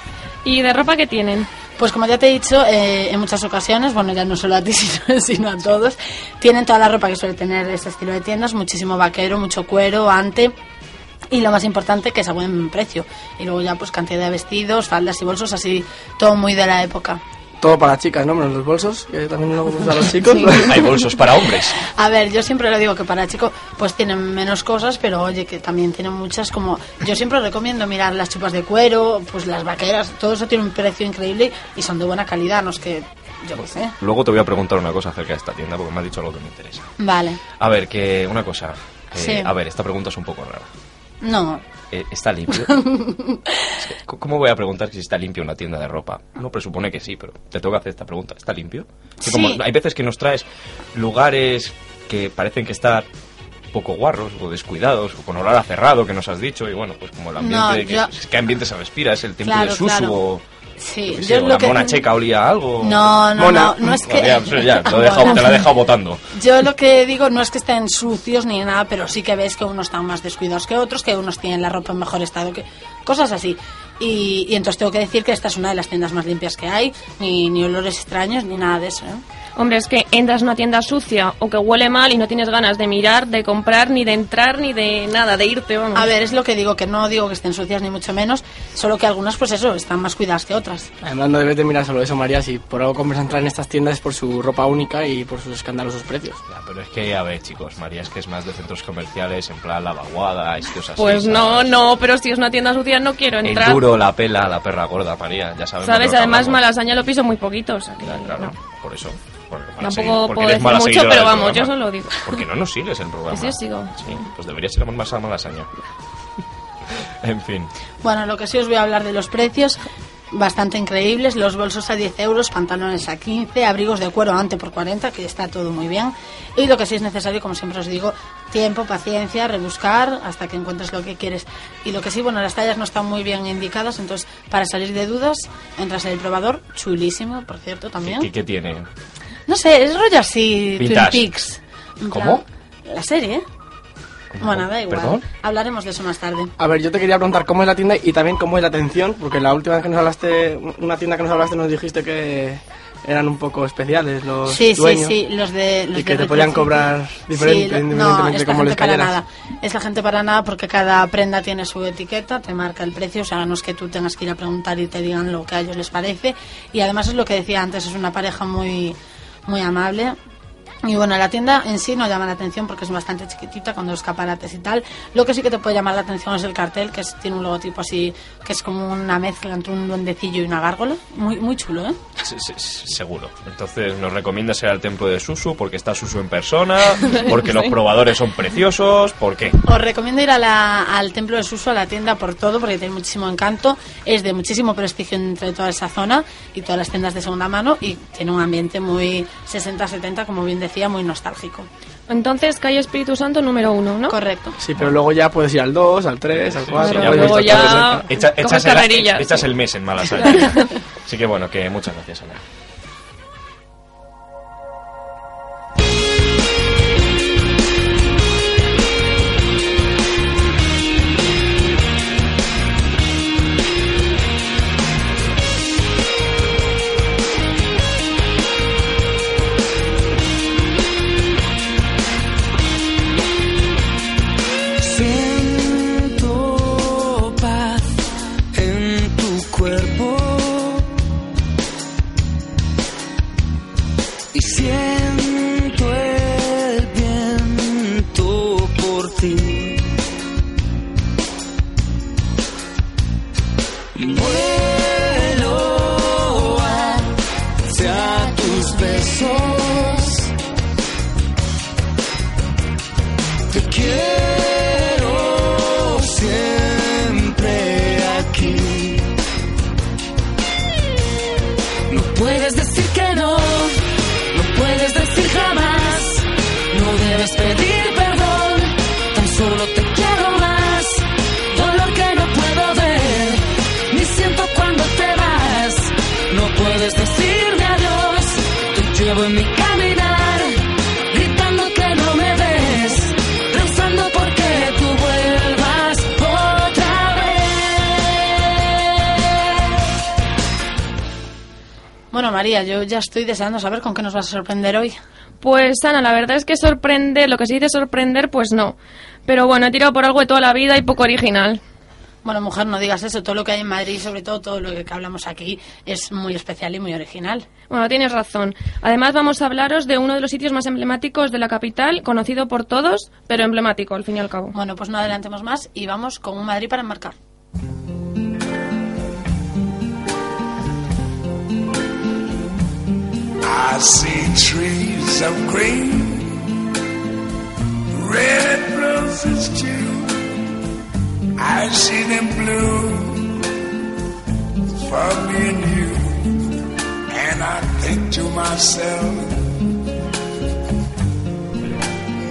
Speaker 4: ¿Y de ropa que tienen? Pues como ya te he dicho, eh, en muchas ocasiones, bueno, ya no solo a ti, sino, sino a todos, tienen toda la ropa que suele tener este estilo de tiendas, muchísimo vaquero, mucho cuero, ante, y lo más importante, que es a buen precio. Y luego ya, pues cantidad de vestidos, faldas y bolsos, así, todo muy de la época.
Speaker 6: Todo para chicas, ¿no? Menos los bolsos, que también luego usan los chicos.
Speaker 5: Hay bolsos para hombres.
Speaker 4: A ver, yo siempre lo digo que para chicos pues tienen menos cosas, pero oye, que también tienen muchas como... Yo siempre recomiendo mirar las chupas de cuero, pues las vaqueras, todo eso tiene un precio increíble y son de buena calidad, no es que... Yo qué sé.
Speaker 5: Luego te voy a preguntar una cosa acerca de esta tienda porque me has dicho algo que me interesa.
Speaker 4: Vale.
Speaker 5: A ver, que una cosa. eh,
Speaker 4: Sí.
Speaker 5: A ver, esta pregunta es un poco rara.
Speaker 4: No.
Speaker 5: Eh, ¿Está limpio? Es que, c- ¿Cómo voy a preguntar si está limpio una tienda de ropa? Uno presupone que sí, pero te tengo que hacer esta pregunta. ¿Está limpio? Que como
Speaker 4: Sí.
Speaker 5: hay veces que nos traes lugares que parecen que estar poco guarros o descuidados o con olor a cerrado que nos has dicho y bueno pues como el ambiente
Speaker 4: No,
Speaker 5: que,
Speaker 4: yo-
Speaker 5: es- ¿qué ambiente se respira es el templo
Speaker 4: Claro,
Speaker 5: de Susu
Speaker 4: claro.
Speaker 5: o,
Speaker 4: Sí,
Speaker 5: qué sé,
Speaker 4: yo
Speaker 5: o
Speaker 4: es lo
Speaker 5: la
Speaker 4: que...
Speaker 5: mona checa olía a algo
Speaker 4: No, no,
Speaker 5: Mona.
Speaker 4: no, no es que-
Speaker 5: Joder, pues ya, te, lo he dejado- te la he dejado votando
Speaker 4: Yo lo que digo no es que estén sucios ni nada, pero sí que ves que unos están más descuidados que otros, que unos tienen la ropa en mejor estado, que cosas así. Y, y entonces tengo que decir que esta es una de las tiendas más limpias que hay, ni, ni olores extraños, ni nada de eso. ¿eh?
Speaker 11: Hombre, es que entras a una tienda sucia o que huele mal y no tienes ganas de mirar, de comprar, ni de entrar, ni de nada, de irte, vamos.
Speaker 4: A ver, es lo que digo, que no digo que estén sucias ni mucho menos, solo que algunas, pues eso, están más cuidadas que otras.
Speaker 6: Además, no debes de mirar solo eso, María. Si por algo compras entrar en estas tiendas es por su ropa única y por sus escandalosos precios.
Speaker 5: Ya, pero es que a ver chicos María es que es más de centros comerciales en plan la vaguada y sitios así
Speaker 11: Pues
Speaker 5: ¿sabes?
Speaker 11: no, no, pero si es una tienda sucia no quiero
Speaker 5: El
Speaker 11: entrar.
Speaker 5: duro, la pela, la perra gorda, María, ya sabemos.
Speaker 11: ¿Sabes?
Speaker 5: de lo que
Speaker 11: Además,
Speaker 5: hablamos.
Speaker 11: Malasaña lo piso muy poquito, o sea que
Speaker 5: Ya, claro,
Speaker 11: no.
Speaker 5: por eso. por- para seguir-
Speaker 11: Tampoco
Speaker 5: porque
Speaker 11: puedo
Speaker 5: eres
Speaker 11: decir
Speaker 5: mala
Speaker 11: mucho,
Speaker 5: seguidora
Speaker 11: pero
Speaker 5: del
Speaker 11: vamos, yo
Speaker 5: programa.
Speaker 11: solo digo.
Speaker 5: Porque no nos sigues el programa.
Speaker 11: Sí, os sigo.
Speaker 5: Sí, pues deberías ir más a Malasaña. En fin.
Speaker 4: Bueno, lo que sí os voy a hablar de los precios. bastante increíbles, los bolsos a 10 euros, pantalones a 15, abrigos de cuero ante por 40, que está todo muy bien. Y lo que sí es necesario, como siempre os digo, tiempo, paciencia, rebuscar hasta que encuentres lo que quieres. Y lo que sí, bueno, las tallas no están muy bien indicadas, entonces para salir de dudas, entras en el probador, chulísimo, por cierto, también.
Speaker 5: ¿Qué, qué tiene?
Speaker 4: No sé, es rollo así,
Speaker 5: Vintage.
Speaker 4: Twin Peaks. En
Speaker 5: ¿Cómo?
Speaker 4: plan, La serie, ¿eh? Bueno, da igual.
Speaker 6: ¿Perdón?
Speaker 4: Hablaremos de eso más tarde.
Speaker 6: A ver, yo te quería preguntar cómo es la tienda y también cómo es la atención, porque la última vez que nos hablaste, una tienda que nos hablaste nos dijiste que eran un poco especiales los
Speaker 4: Sí,
Speaker 6: dueños.
Speaker 4: sí, sí, los de... Los
Speaker 6: y que
Speaker 4: de
Speaker 6: te podían
Speaker 4: Recruit.
Speaker 6: cobrar
Speaker 4: Sí,
Speaker 6: diferente,
Speaker 4: lo- no,
Speaker 6: independientemente
Speaker 4: esta
Speaker 6: de cómo
Speaker 4: gente
Speaker 6: les
Speaker 4: para
Speaker 6: cayeras.
Speaker 4: nada. Es la gente para nada porque cada prenda tiene su etiqueta, te marca el precio, o sea, no es que tú tengas que ir a preguntar y te digan lo que a ellos les parece. Y además es lo que decía antes, es una pareja muy, muy amable. Y bueno, la tienda en sí no llama la atención porque es bastante chiquitita, con dos escaparates y tal. Lo que sí que te puede llamar la atención es el cartel, que es- tiene un logotipo así, que es como una mezcla entre un duendecillo y una gárgola. Muy, muy chulo, ¿eh?
Speaker 5: Se- se- se- Seguro. Entonces nos recomiendas ir al templo de Susu porque está Susu en persona, porque los
Speaker 4: Sí.
Speaker 5: probadores son preciosos, ¿por qué?
Speaker 4: Os recomiendo ir a la- al Templo de Suso, a la tienda por todo, porque tiene muchísimo encanto. Es de muchísimo prestigio entre toda esa zona y todas las tiendas de segunda mano y tiene un ambiente muy 60-70, como bien decía, muy nostálgico.
Speaker 11: Entonces, calle Espíritu Santo número uno, ¿no?
Speaker 4: Correcto.
Speaker 6: Sí, pero luego ya puedes ir al 2, al 3, al 4.
Speaker 5: ya
Speaker 6: puedes
Speaker 5: luego
Speaker 6: estar
Speaker 5: ya
Speaker 6: todo cerca.
Speaker 5: Echa-
Speaker 11: coges
Speaker 5: echas, el,
Speaker 11: carrerillas.
Speaker 5: echas el mes en Malasaña. Así que bueno, que muchas gracias, Ana.
Speaker 13: Siento paz en tu cuerpo y siento el viento por ti. Vuelo hacia tus besos. Te quiero siempre aquí.
Speaker 14: No puedes decir que no, no puedes decir jamás. No debes pedir perdón, tan solo te quiero más. Dolor que no puedo ver, ni siento cuando te vas. No puedes decirme adiós, te llevo en mi caminar, gritando que no me ves, rezando porque tú vuelvas otra vez.
Speaker 4: Bueno, María, yo ya estoy deseando saber con qué nos vas a sorprender hoy.
Speaker 11: Pues Ana, la verdad es que sorprender, lo que se dice sorprender, pues no. Pero bueno, he tirado por algo de toda la vida y poco original.
Speaker 4: Bueno, mujer, no digas eso. Todo lo que hay en Madrid, sobre todo todo lo que hablamos aquí, es muy especial y muy original.
Speaker 11: Bueno, tienes razón. Además, vamos a hablaros de uno de los sitios más emblemáticos de la capital, conocido por todos, pero emblemático, al fin y al cabo.
Speaker 4: Bueno, pues no adelantemos más y vamos con un Madrid para enmarcar.
Speaker 13: I see trees of green, red roses too. I see them blue for me and you. And I think to myself,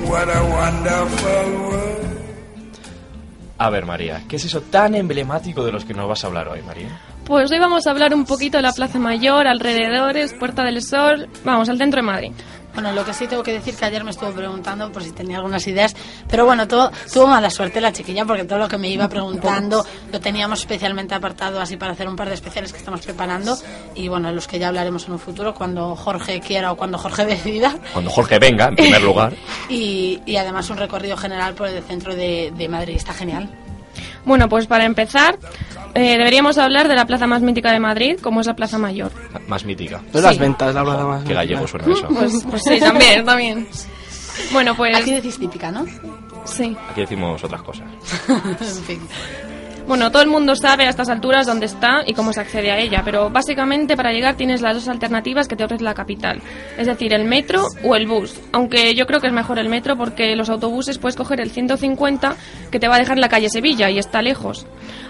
Speaker 13: what a wonderful world.
Speaker 5: A ver, María, ¿qué es eso tan emblemático de los que nos vas a hablar hoy, María?
Speaker 11: Pues hoy vamos a hablar un poquito de la Plaza Mayor, alrededores, Puerta del Sol, vamos, al centro de Madrid.
Speaker 4: Bueno, lo que sí tengo que decir que ayer me estuvo preguntando por si tenía algunas ideas, pero bueno, todo, tuvo mala suerte la chiquilla porque todo lo que me iba preguntando lo teníamos especialmente apartado así para hacer un par de especiales que estamos preparando y bueno, los que ya hablaremos en un futuro cuando Jorge quiera o cuando Jorge decida.
Speaker 5: Cuando Jorge venga, en primer lugar.
Speaker 4: Y, y además un recorrido general por el centro de, de Madrid, está genial.
Speaker 11: Bueno, pues para empezar, eh, deberíamos hablar de la plaza más mítica de Madrid, como es la Plaza Mayor.
Speaker 5: Más mítica.
Speaker 6: No es las ventas, la verdad más.
Speaker 5: Qué gallego suena eso.
Speaker 11: Pues, pues sí, también, también. Bueno, pues...
Speaker 4: Aquí decís típica, ¿no?
Speaker 11: Sí.
Speaker 5: Aquí decimos otras cosas.
Speaker 4: en fin.
Speaker 11: Bueno, todo el mundo sabe a estas alturas dónde está y cómo se accede a ella, pero básicamente para llegar tienes las dos alternativas que te ofrece la capital, es decir, el metro o el bus, aunque yo creo que es mejor el metro porque los autobuses puedes coger el 150 que te va a dejar en la calle Sevilla y está lejos.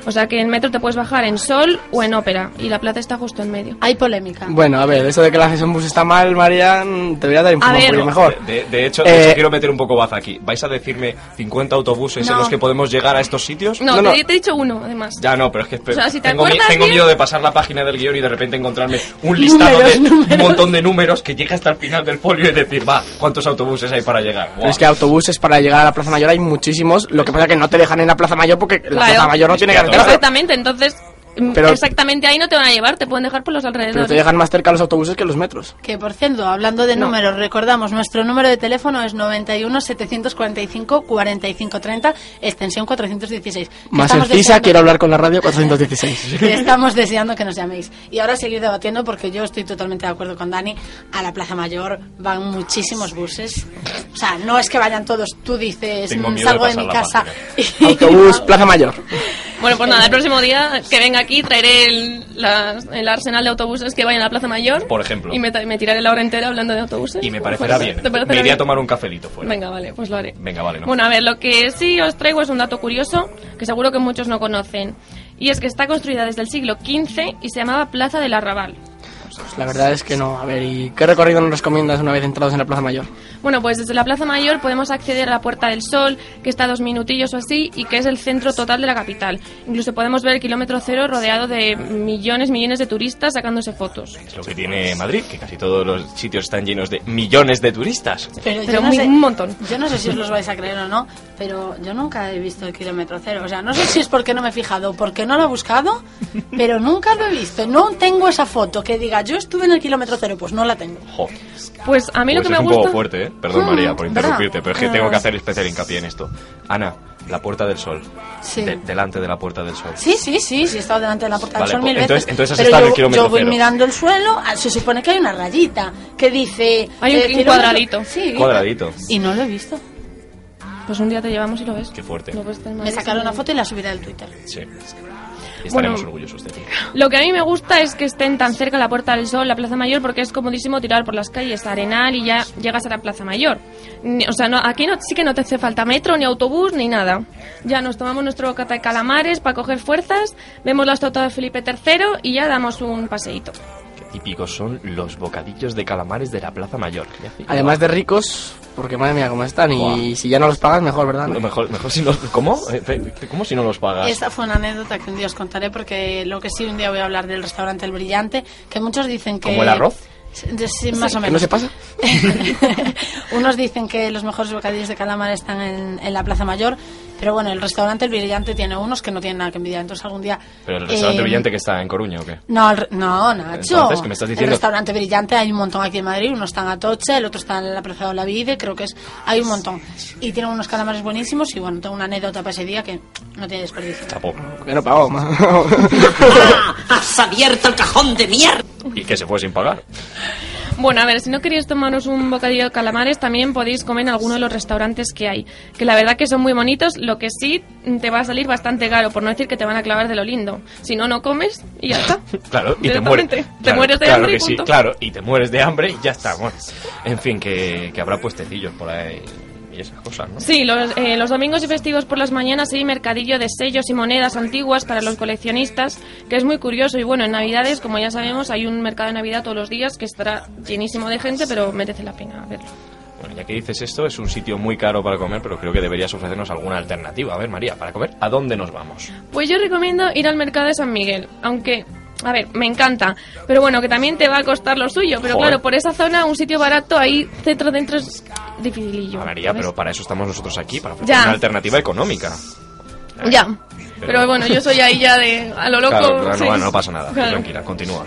Speaker 11: O sea que en metro te puedes bajar en Sol o en Ópera y la plaza está justo en medio.
Speaker 4: Hay polémica.
Speaker 6: Bueno, a ver, eso de que la gestión bus está mal, María, mm, te voy a dar información
Speaker 5: No,
Speaker 6: un poco mejor.
Speaker 5: De, de hecho, de hecho,
Speaker 6: Eh,
Speaker 5: quiero meter un poco baza aquí. ¿Vais a decirme 50 autobuses en
Speaker 11: No.
Speaker 5: los que podemos llegar a estos sitios?
Speaker 11: No, te, te he dicho uno, además.
Speaker 5: Ya no, pero es que espe-
Speaker 11: O sea, si te
Speaker 5: tengo, mi-
Speaker 11: acuerdas
Speaker 5: tengo
Speaker 11: bien-
Speaker 5: miedo de pasar la página del guión y de repente encontrarme un listado
Speaker 11: Números,
Speaker 5: de un montón de números que llega hasta el final del folio y decir, va, ¿cuántos autobuses hay para llegar? Guau.
Speaker 6: Pero es que autobuses para llegar a la Plaza Mayor hay muchísimos, lo que pasa es que no te dejan en la Plaza Mayor porque la
Speaker 11: Claro.
Speaker 6: Plaza Mayor no tiene carretera.
Speaker 11: Exactamente, entonces mm,
Speaker 6: Pero-
Speaker 11: exactamente ahí no te van a llevar, te pueden dejar por los alrededores.
Speaker 6: Pero te dejan más cerca los autobuses que los metros.
Speaker 4: Que por cierto, hablando de
Speaker 11: No.
Speaker 4: números, recordamos, nuestro número de teléfono es 91 745 4530, extensión 416. Que
Speaker 6: Más
Speaker 4: estamos
Speaker 6: encisa,
Speaker 4: deseando-
Speaker 6: quiero hablar con la radio 416.
Speaker 4: que Estamos deseando que nos llaméis. Y ahora seguir debatiendo porque yo estoy totalmente de acuerdo con Dani. A la Plaza Mayor van muchísimos buses. O sea, no es que vayan todos. Tú dices,
Speaker 6: Tengo
Speaker 4: "Mm,
Speaker 6: miedo de
Speaker 4: salgo de
Speaker 6: pasar
Speaker 4: mi
Speaker 6: la
Speaker 4: casa.
Speaker 6: Autobús, Plaza Mayor.
Speaker 11: Bueno, pues nada, el próximo día que venga aquí traeré el, las- el arsenal de autobuses que vayan a la Plaza Mayor.
Speaker 5: Por ejemplo.
Speaker 11: Y me, tra- me tiraré la hora entera hablando de autobuses.
Speaker 5: Y me parecerá
Speaker 11: Pues,
Speaker 5: bien.
Speaker 11: ¿te parecerá
Speaker 5: Me iré
Speaker 11: bien?
Speaker 5: a tomar un cafelito fuera.
Speaker 11: Venga, vale, pues lo haré.
Speaker 5: Venga, vale, no.
Speaker 11: Bueno, a ver, lo que sí os traigo es un dato curioso que seguro que muchos no conocen. Y es que está construida desde el siglo XV y se llamaba Plaza del Arrabal.
Speaker 6: Pues la verdad es que no. A ver, ¿y qué recorrido nos recomiendas una vez entrados en la Plaza Mayor?
Speaker 11: Bueno, pues desde la Plaza Mayor podemos acceder a la Puerta del Sol, que está a dos minutillos o así, y que es el centro total de la capital. Incluso podemos ver el kilómetro cero rodeado de millones, millones de turistas sacándose fotos.
Speaker 5: Es lo que tiene Madrid, que casi todos los sitios están llenos de millones de turistas.
Speaker 4: Pero,
Speaker 11: Pero
Speaker 4: yo no
Speaker 11: un-
Speaker 4: sé,
Speaker 11: un montón.
Speaker 4: Yo no sé si os los vais a creer o no, pero yo nunca he visto el kilómetro cero. O sea, no sé si es porque no me he fijado o porque no lo he buscado, pero nunca lo he visto. No tengo esa foto que diga yo estuve en el kilómetro cero, pues no la tengo.
Speaker 5: Jo.
Speaker 11: Pues a mí lo
Speaker 5: Pues
Speaker 11: que me
Speaker 5: es un
Speaker 11: gusta...
Speaker 5: poco fuerte, ¿eh? Perdón,
Speaker 11: Hmm,
Speaker 5: María, por
Speaker 11: ¿verdad?
Speaker 5: interrumpirte, pero es que
Speaker 11: Ah.
Speaker 5: tengo que hacer especial hincapié en esto. Ana, la Puerta del Sol.
Speaker 4: Sí.
Speaker 5: De- delante de la Puerta del Sol.
Speaker 4: Sí, sí, sí, sí, he estado delante de la puerta
Speaker 5: Vale,
Speaker 4: del sol
Speaker 5: pues,
Speaker 4: mil
Speaker 5: entonces-
Speaker 4: veces.
Speaker 5: entonces has
Speaker 4: pero
Speaker 5: estado en
Speaker 4: yo,
Speaker 5: el kilómetro
Speaker 4: yo voy
Speaker 5: cero.
Speaker 4: mirando el suelo, ah, se supone que hay una rayita que dice. eh,
Speaker 11: Hay un- un
Speaker 4: kilómetro-
Speaker 11: cuadradito.
Speaker 4: Sí.
Speaker 5: Cuadradito.
Speaker 4: Y no lo he visto.
Speaker 11: Pues un día te llevamos y lo ves.
Speaker 5: Qué fuerte.
Speaker 11: Lo puedes tener
Speaker 4: Me
Speaker 11: más
Speaker 4: sacaron
Speaker 11: en-
Speaker 4: una foto y la subiré al Twitter.
Speaker 5: Sí. Y estaremos
Speaker 11: Bueno.
Speaker 5: orgullosos de ti.
Speaker 11: Lo que a mí me gusta es que estén tan cerca la Puerta del Sol, la Plaza Mayor, porque es comodísimo tirar por las calles a Arenal y ya llegas a la Plaza Mayor. Ni- o sea, no, aquí no, sí que no te hace falta metro, ni autobús, ni nada. Ya nos tomamos nuestro bocata de calamares para coger fuerzas, vemos la estatua de Felipe III y ya damos un paseíto.
Speaker 5: Qué típicos son los bocadillos de calamares de la Plaza Mayor. Ya sé que-
Speaker 6: Además de ricos, porque madre mía, cómo están.
Speaker 5: Buah.
Speaker 6: Y si ya no los pagas, mejor, ¿verdad?
Speaker 5: Lo Mejor, mejor si no... ¿Cómo? Eh, fe- ¿Cómo si no los pagas?
Speaker 4: Esta fue una anécdota que un día os contaré porque lo que sí un día voy a hablar del restaurante El Brillante, que muchos dicen que...
Speaker 5: ¿Como el arroz?
Speaker 4: Sí, sí, más
Speaker 6: Sí,
Speaker 4: o
Speaker 6: ¿que
Speaker 4: menos.
Speaker 6: no se pasa?
Speaker 4: Unos dicen que los mejores bocadillos de calamar están en, en la Plaza Mayor, pero bueno, el restaurante El Brillante tiene unos que no tienen nada que envidiar, entonces algún día...
Speaker 5: Pero el restaurante
Speaker 4: eh,
Speaker 5: brillante que está en Coruña, ¿o qué?
Speaker 4: No, el re- no, Nacho.
Speaker 5: Entonces, ¿qué me estás
Speaker 4: El
Speaker 5: diciendo?
Speaker 4: restaurante brillante hay un montón aquí en Madrid. Uno está en Atocha, el otro está en la Plaza de Olavide, creo que es. Hay un montón. Y tienen unos calamares buenísimos. Y bueno, tengo una anécdota para ese día que no tiene desperdicio.
Speaker 5: Tampoco.
Speaker 6: Porque no pago, ma.
Speaker 10: Ah,
Speaker 15: ¡Has abierto el cajón de mierda!
Speaker 5: Y que se fue sin pagar.
Speaker 11: Bueno, a ver, si no queréis tomaros un bocadillo de calamares, también podéis comer en alguno de los restaurantes que hay, que la verdad que son muy bonitos, lo que sí mm, te va a salir bastante caro, por no decir que te van a clavar de lo lindo. Si no, no comes y ya está.
Speaker 5: Claro, y te mueres.
Speaker 11: Directamente. Te
Speaker 5: Claro,
Speaker 11: mueres de
Speaker 5: claro
Speaker 11: hambre y
Speaker 5: que sí,
Speaker 11: punto.
Speaker 5: claro, y te mueres de hambre y ya está. bueno. En fin, que, que habrá puestecillos por ahí y esas cosas, ¿no?
Speaker 11: Sí, los, eh, los domingos y festivos por las mañanas hay mercadillo de sellos y monedas antiguas para los coleccionistas, que es muy curioso. Y bueno, en Navidades, como ya sabemos, hay un mercado de Navidad todos los días que estará llenísimo de gente, pero merece la pena verlo.
Speaker 5: Bueno, ya que dices esto, es un sitio muy caro para comer, pero creo que deberías ofrecernos alguna alternativa. A ver, María, para comer, ¿a dónde nos vamos?
Speaker 11: Pues yo recomiendo ir al mercado de San Miguel, aunque, a ver, me encanta, pero bueno, que también te va a costar lo suyo, pero
Speaker 5: Joder.
Speaker 11: claro, por esa zona, un sitio barato, ahí centro dentro es dificilillo.
Speaker 5: María,
Speaker 11: ¿sabes?
Speaker 5: pero para eso estamos nosotros aquí, para ofrecer
Speaker 11: Ya.
Speaker 5: una alternativa económica.
Speaker 11: Ya, pero... bueno, yo soy ahí ya de a lo loco.
Speaker 5: Claro, claro,
Speaker 11: sí.
Speaker 5: no, bueno, no pasa nada,
Speaker 11: Claro.
Speaker 5: tranquila, continúa.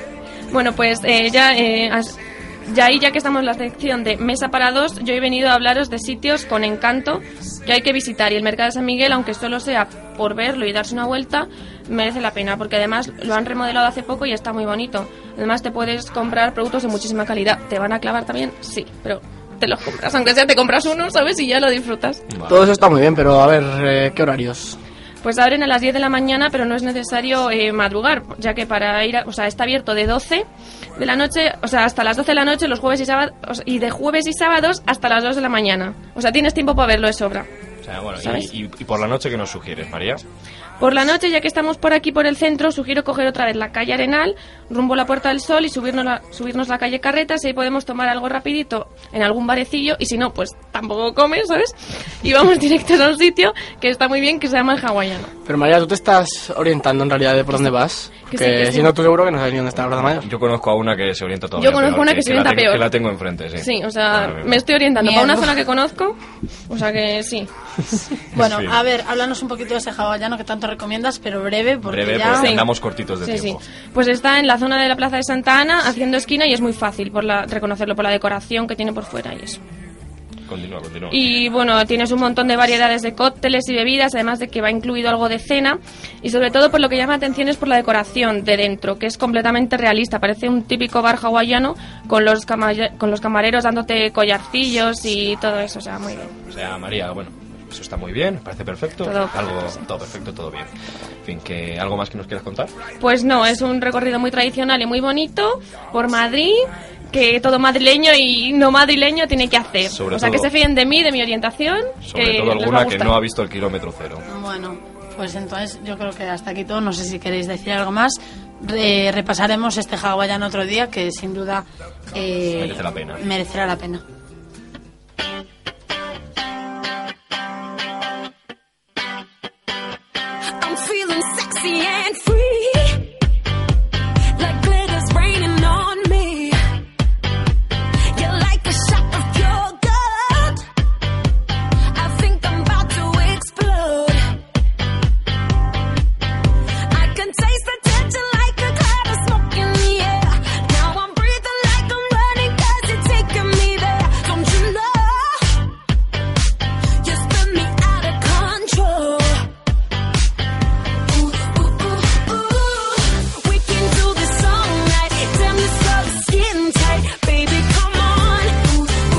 Speaker 11: Bueno, pues eh, ya, eh, as- ya ahí, ya que estamos en la sección de Mesa para dos, yo he venido a hablaros de sitios con encanto que hay que visitar. Y el Mercado de San Miguel, aunque solo sea por verlo y darse una vuelta, merece la pena, porque además lo han remodelado hace poco y está muy bonito. Además, te puedes comprar productos de muchísima calidad. ¿Te van a clavar también? Sí, pero te los compras. Aunque sea, te compras uno, ¿sabes? Y ya lo disfrutas.
Speaker 6: Todo eso está muy bien, pero a ver, eh, ¿qué horarios?
Speaker 11: Pues abren a las 10 de la mañana, pero no es necesario eh, madrugar, ya que para ir, a- o sea, está abierto de 12 de la noche, o sea, hasta las 12 de la noche los jueves y sábados, y de jueves y sábados hasta las 2 de la mañana. O sea, tienes tiempo para verlo de sobra.
Speaker 5: O sea, bueno, y-
Speaker 11: ¿Sabes?
Speaker 5: y, y por la noche, ¿qué nos sugieres, María?
Speaker 11: Por la noche, ya que estamos por aquí por el centro, sugiero coger otra vez la calle Arenal, rumbo a la Puerta del Sol y subirnos la, subirnos la calle Carretas, y ahí podemos tomar algo rapidito en algún barecillo, y si no, pues tampoco comes, ¿sabes? Y vamos directos a un sitio que está muy bien, que se llama el hawaiano.
Speaker 6: Pero María, tú te estás orientando en realidad de por dónde vas.
Speaker 11: que
Speaker 6: Que,
Speaker 11: sí, que sí.
Speaker 6: siendo tú seguro que no sabes ni dónde está la Plaza Mayor.
Speaker 5: Yo conozco a una que se orienta
Speaker 11: todavía conozco peor, una que que- se que la orienta tengo- peor. que la
Speaker 5: tengo enfrente, sí.
Speaker 11: o sea,
Speaker 5: Ahora mismo.
Speaker 11: me estoy orientando
Speaker 4: Mierda.
Speaker 11: para una zona que conozco, o sea que sí.
Speaker 4: Bueno,
Speaker 5: Sí.
Speaker 4: a ver, háblanos un poquito de ese hawaiano que tanto recomiendas, pero breve, porque
Speaker 5: Breve, pues,
Speaker 4: ya...
Speaker 5: porque andamos cortitos de
Speaker 11: Sí, sí.
Speaker 5: tiempo.
Speaker 11: Pues está en la zona de la Plaza de Santa Ana, haciendo esquina, y es muy fácil por la, reconocerlo por la decoración que tiene por fuera y eso.
Speaker 5: Continúa, continúa.
Speaker 11: Y bueno, tienes un montón de variedades de cócteles y bebidas, además de que va incluido algo de cena. Y sobre todo, por lo que llama la atención es por la decoración de dentro, que es completamente realista. Parece un típico bar hawaiano con los, camaya- con los camareros dándote collarcillos y todo eso, o sea, muy bien.
Speaker 5: O sea, María, bueno, eso está muy bien, parece perfecto.
Speaker 11: Todo
Speaker 5: algo, todo perfecto, todo bien. En fin, que ¿algo más que nos quieras contar?
Speaker 11: Pues no, es un recorrido muy tradicional y muy bonito por Madrid, que todo madrileño y no madrileño tiene que hacer.
Speaker 5: Sobre
Speaker 11: o sea, que
Speaker 5: todo-
Speaker 11: se fíen de mí, de mi orientación.
Speaker 5: Sobre
Speaker 11: que
Speaker 5: todo
Speaker 11: les va a
Speaker 5: alguna que
Speaker 11: gustar.
Speaker 5: no ha visto el kilómetro cero.
Speaker 4: Bueno, pues entonces yo creo que hasta aquí todo. No sé si queréis decir algo más. Re- repasaremos este hawaiano otro día, que sin duda eh,
Speaker 5: Merece la pena.
Speaker 4: merecerá la pena.
Speaker 10: I'm feeling sexy and free. Like glitter's raining on me. You're like a shot of pure gold. I think I'm about to explode. I can taste the tension like a cloud of smoke in the air. Now I'm breathing like I'm running 'cause you're taking me there. Don't you know? You spin me out of control. We can do this all night. Damn, this love is getting tight. Baby, come on. Ooh, ooh,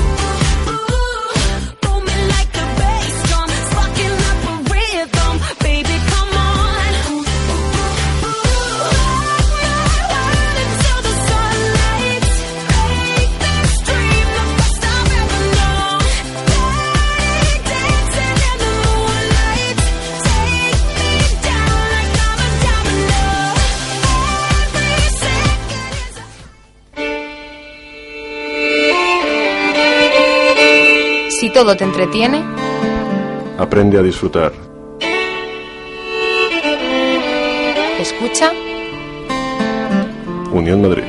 Speaker 10: ooh, ooh. Booming like a bass drum. Sparking up a rhythm. Baby, come on. Ooh, ooh, ooh, ooh. Rock my world until the sunlight. Make this dream the best I've ever known. Dirty dancing in the moonlight. Take me down like I'm a domino. Every second is a
Speaker 1: Si todo te entretiene,
Speaker 2: Aprende a disfrutar.
Speaker 1: escucha
Speaker 2: Unión Madrid.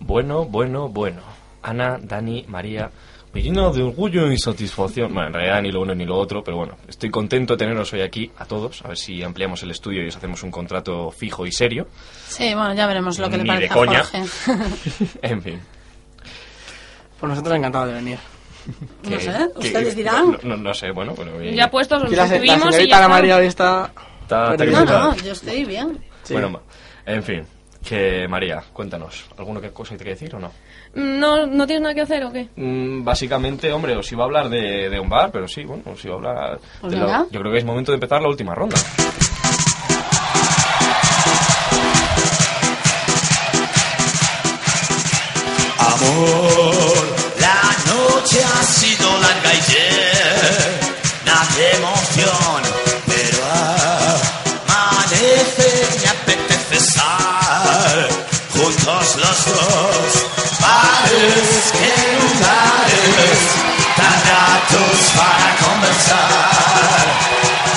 Speaker 5: Bueno, bueno, bueno. Ana, Dani, María, me lleno de orgullo y satisfacción. Bueno, en realidad ni lo uno ni lo otro, pero bueno, estoy contento de teneros hoy aquí a todos. A ver si ampliamos el estudio y os hacemos un contrato fijo y serio.
Speaker 4: Sí, bueno, ya veremos lo que le
Speaker 5: Ni
Speaker 4: parece
Speaker 5: de coña.
Speaker 4: a Jorge.
Speaker 5: En fin.
Speaker 6: Por Pues nosotros encantados de venir.
Speaker 4: No sé, ustedes dirán.
Speaker 5: No, no- no sé, bueno, bueno. y-
Speaker 11: Ya puestos, los
Speaker 6: Y la, se- la
Speaker 11: sustituimos y
Speaker 6: señorita
Speaker 11: ya
Speaker 6: Ana
Speaker 11: está.
Speaker 6: María hoy está...
Speaker 5: Está- está que
Speaker 4: No,
Speaker 5: se cae.
Speaker 4: no, yo estoy bien.
Speaker 5: Bueno, ma- en fin. Que María, cuéntanos, ¿alguna que- cosa hay que decir o no?
Speaker 11: No, ¿No tienes nada que hacer o qué?
Speaker 5: Mm, básicamente, hombre, os iba a hablar de, de un bar, pero sí, bueno, os iba a hablar...
Speaker 11: Pues
Speaker 5: de la-
Speaker 11: venga.
Speaker 5: yo creo que es momento de empezar la última ronda.
Speaker 14: Amor, la noche ha sido larga y llena de emoción, pero amanece y me apetece estar juntos los dos. Bares, qué lugares tan ratos para conversar.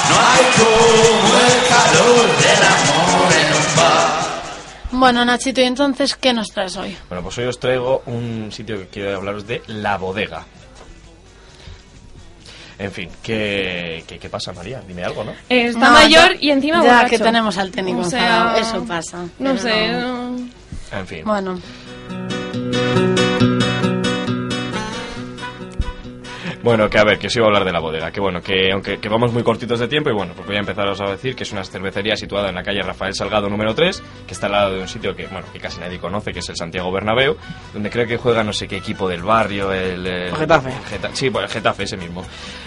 Speaker 14: No hay como el calor del amor en un bar.
Speaker 4: Bueno, Nachito, ¿y entonces qué nos traes hoy?
Speaker 5: Bueno, pues hoy os traigo un sitio que quiero hablaros de La Bodega. En fin, ¿qué, qué, qué pasa, María? Dime algo, ¿no?
Speaker 11: Eh, Está
Speaker 4: No,
Speaker 11: mayor
Speaker 4: ya-
Speaker 11: y encima
Speaker 4: ya
Speaker 11: borracho.
Speaker 4: que tenemos al técnico
Speaker 11: O sea,
Speaker 4: enfadado, eso pasa,
Speaker 11: No
Speaker 4: pero
Speaker 11: sé.
Speaker 4: no.
Speaker 11: no.
Speaker 5: En fin.
Speaker 4: Bueno,
Speaker 5: Bueno, que a ver, que os iba a hablar de la bodega. Que bueno, que aunque que vamos muy cortitos de tiempo, y bueno, pues voy a empezaros a decir que es una cervecería situada en la calle Rafael Salgado número 3, que está al lado de un sitio que, bueno, que casi nadie conoce, que es el Santiago Bernabéu, donde creo que juega no sé qué equipo del barrio, el... el-
Speaker 6: Getafe.
Speaker 5: Geta- sí, pues el Getafe ese mismo.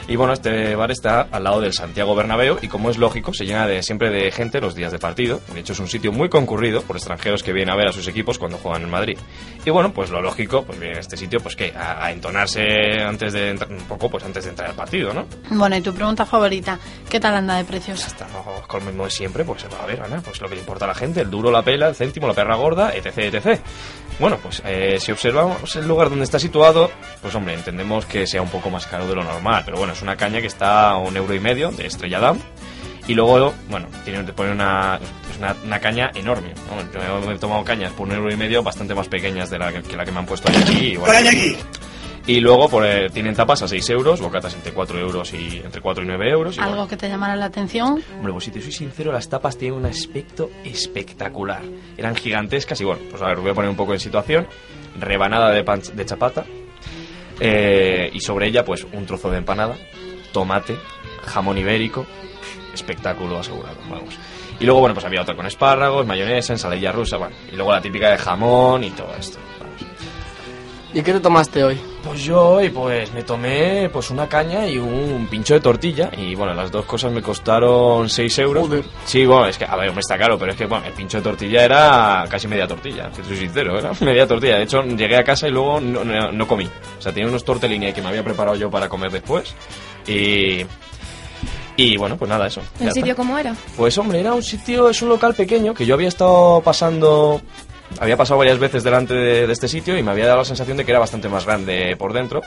Speaker 5: Y bueno, este bar está al lado del Santiago Bernabéu y como es lógico, se llena de, siempre de gente los días de partido. De hecho, es un sitio muy concurrido por extranjeros que vienen a ver a sus equipos cuando juegan en Madrid. Y bueno, pues lo lógico, pues viene a este sitio, pues que a, a entonarse antes de entrar- un poco, pues antes de entrar al partido, ¿no?
Speaker 4: Bueno, y tu pregunta favorita, ¿qué tal anda de
Speaker 5: Pues
Speaker 4: precios?
Speaker 5: Estamos con lo mismo de siempre, pues se va a ver, Ana, pues lo que le importa a la gente, el duro, la pela, el céntimo, la perra gorda, etc, etc. Bueno, pues eh, si observamos el lugar donde está situado, pues hombre, entendemos que sea un poco más caro de lo normal, pero bueno, es una caña que está a un euro y medio de Estrella Damm. Y luego, bueno, tiene, te pone una, es una, una caña enorme. Vamos, yo he tomado cañas por un euro y medio bastante más pequeñas de la que, que la que me han puesto ahí aquí. Y, bueno, y luego por, eh, tienen tapas a 6 euros, bocatas entre 4 euros y entre 4 y 9 euros. y bueno,
Speaker 4: ¿Algo que te llamara la atención?
Speaker 5: Hombre, pues si te soy sincero, las tapas tienen un aspecto espectacular. Eran gigantescas y bueno, pues a ver, os voy a poner un poco en situación. Rebanada de, pan- de chapata eh, y sobre ella pues un trozo de empanada, tomate, jamón ibérico, espectáculo asegurado, vamos. Y luego, bueno, pues había otra con espárragos, mayonesa, ensalada rusa, bueno. Y luego la típica de jamón y todo esto.
Speaker 6: ¿Y qué te tomaste hoy?
Speaker 5: Pues yo hoy pues me tomé pues una caña y un pincho de tortilla y bueno, las dos cosas me costaron 6 euros. Sí, bueno, es que, a ver, me está caro, pero es que bueno, el pincho de tortilla era casi media tortilla, que soy sincero, era media tortilla. De hecho, llegué a casa y luego no, no- no comí. O sea, tenía unos tortellini que me había preparado yo para comer después y... Y bueno, pues nada, eso. Ya
Speaker 11: ¿El
Speaker 5: está.
Speaker 11: sitio cómo era?
Speaker 5: Pues hombre, era un sitio, es un local pequeño que yo había estado pasando, había pasado varias veces delante de, de este sitio y me había dado la sensación de que era bastante más grande por dentro.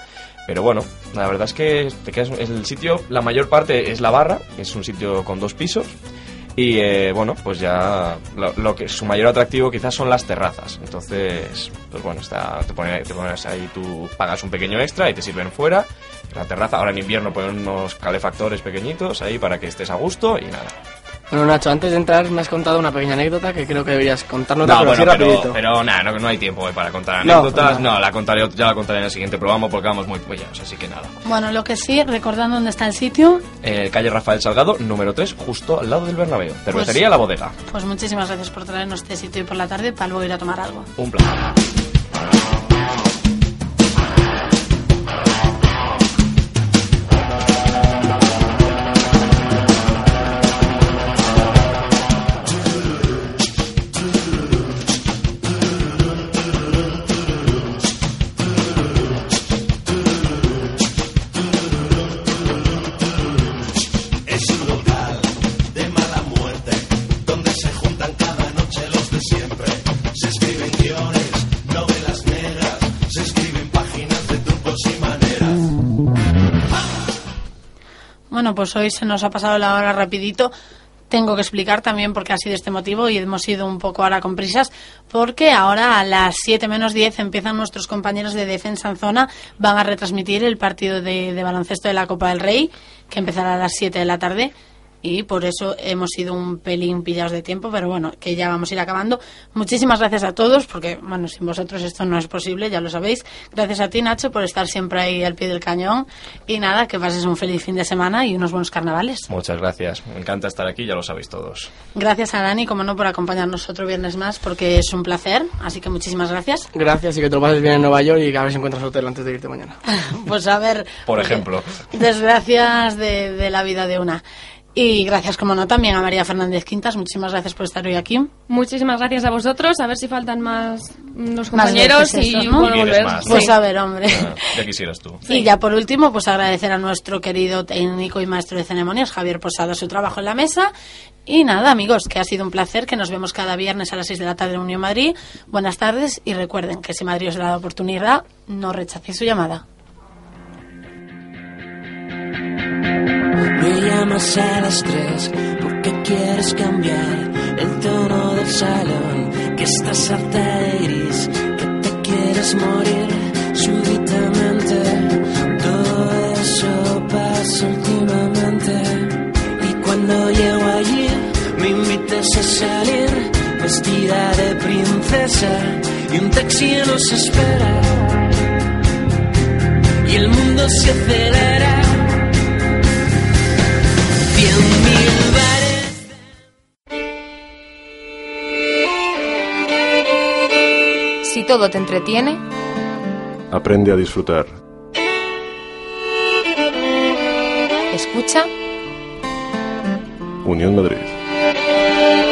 Speaker 5: Pero bueno, la verdad es que te quedas- el sitio, la mayor parte es la barra, que es un sitio con dos pisos. Y eh, bueno, pues ya lo, lo que su mayor atractivo quizás son las terrazas. Entonces, pues bueno, está, te, pone- te pones ahí, tú pagas un pequeño extra y te sirven fuera. La terraza, ahora en invierno ponen unos calefactores pequeñitos ahí para que estés a gusto y nada.
Speaker 6: Bueno, Nacho, antes de entrar me has contado una pequeña anécdota que creo que deberías contarnos
Speaker 5: No,
Speaker 6: pero así
Speaker 5: bueno, pero,
Speaker 6: rapidito.
Speaker 5: pero nada, no, no hay tiempo hoy para contar
Speaker 6: No,
Speaker 5: anécdotas.
Speaker 6: no.
Speaker 5: No, la contaré, ot- ya la contaré en el siguiente programa porque vamos muy puyados, así que nada.
Speaker 4: Bueno, lo que sí, recordando dónde está el sitio,
Speaker 5: Eh, calle Rafael Salgado, número 3, justo al lado del Bernabéu. Cervecería La Bodega.
Speaker 4: pues muchísimas gracias por traernos este sitio y por la tarde para luego ir a tomar algo.
Speaker 5: Un placer.
Speaker 14: Es un local de mala muerte, donde se juntan cada noche los de siempre. Se escriben guiones, novelas negras, se escriben páginas de trucos y maneras.
Speaker 4: Bueno, pues hoy se nos ha pasado la hora rapidito. Tengo que explicar también por qué ha sido este motivo y hemos ido un poco ahora con prisas, porque ahora a las 7 menos 10 empiezan nuestros compañeros de Defensa en Zona, van a retransmitir el partido de, de baloncesto de la Copa del Rey, que empezará a las 7 de la tarde, y por eso hemos ido un pelín pillados de tiempo, pero bueno, que ya vamos a ir acabando. Muchísimas gracias a todos, porque bueno, sin vosotros esto no es posible, ya lo sabéis. Gracias a ti, Nacho, por estar siempre ahí al pie del cañón. Y nada, que pases un feliz fin de semana y unos buenos carnavales.
Speaker 5: Muchas gracias. Me encanta estar aquí, ya lo sabéis todos.
Speaker 4: Ah, Gracias a Dani, como no, por acompañarnos otro viernes más, porque es un placer. Así que muchísimas gracias.
Speaker 6: Gracias y que te lo pases bien en Nueva York y que a ver si encuentras hotel antes de irte mañana.
Speaker 4: Pues a ver,
Speaker 5: Por ejemplo.
Speaker 4: desgracias de, de la vida de una. Y gracias, como no, también a María Fernández Quintas. Muchísimas gracias por estar hoy aquí.
Speaker 11: Muchísimas gracias a vosotros. A ver si faltan más mm, los
Speaker 4: Más
Speaker 11: compañeros
Speaker 4: veces
Speaker 11: y
Speaker 4: esos, ¿no?
Speaker 11: puedo
Speaker 5: Y eres
Speaker 11: volver.
Speaker 5: más,
Speaker 4: Pues
Speaker 11: Sí.
Speaker 4: a ver, hombre.
Speaker 5: Ah, ya quisieras tú.
Speaker 4: Y ya por último, pues agradecer a nuestro querido técnico y maestro de ceremonias, Javier Posada, su trabajo en la mesa. Y nada, amigos, que ha sido un placer, que nos vemos cada viernes a las 6 de la tarde en Unión Madrid. Buenas tardes y recuerden que si Madrid os da la oportunidad, no rechacéis su llamada.
Speaker 10: Me llamas a las tres porque quieres cambiar el tono del salón, que estás harta de gris, que te quieres morir súbitamente. Todo eso pasa últimamente. Y cuando llego allí, me invitas a salir vestida de princesa y un taxi nos espera. Y
Speaker 14: el mundo se acelera. Cien mil bares.
Speaker 11: Si todo te entretiene,
Speaker 2: Aprende a disfrutar.
Speaker 11: escucha.
Speaker 2: Unión Madrid.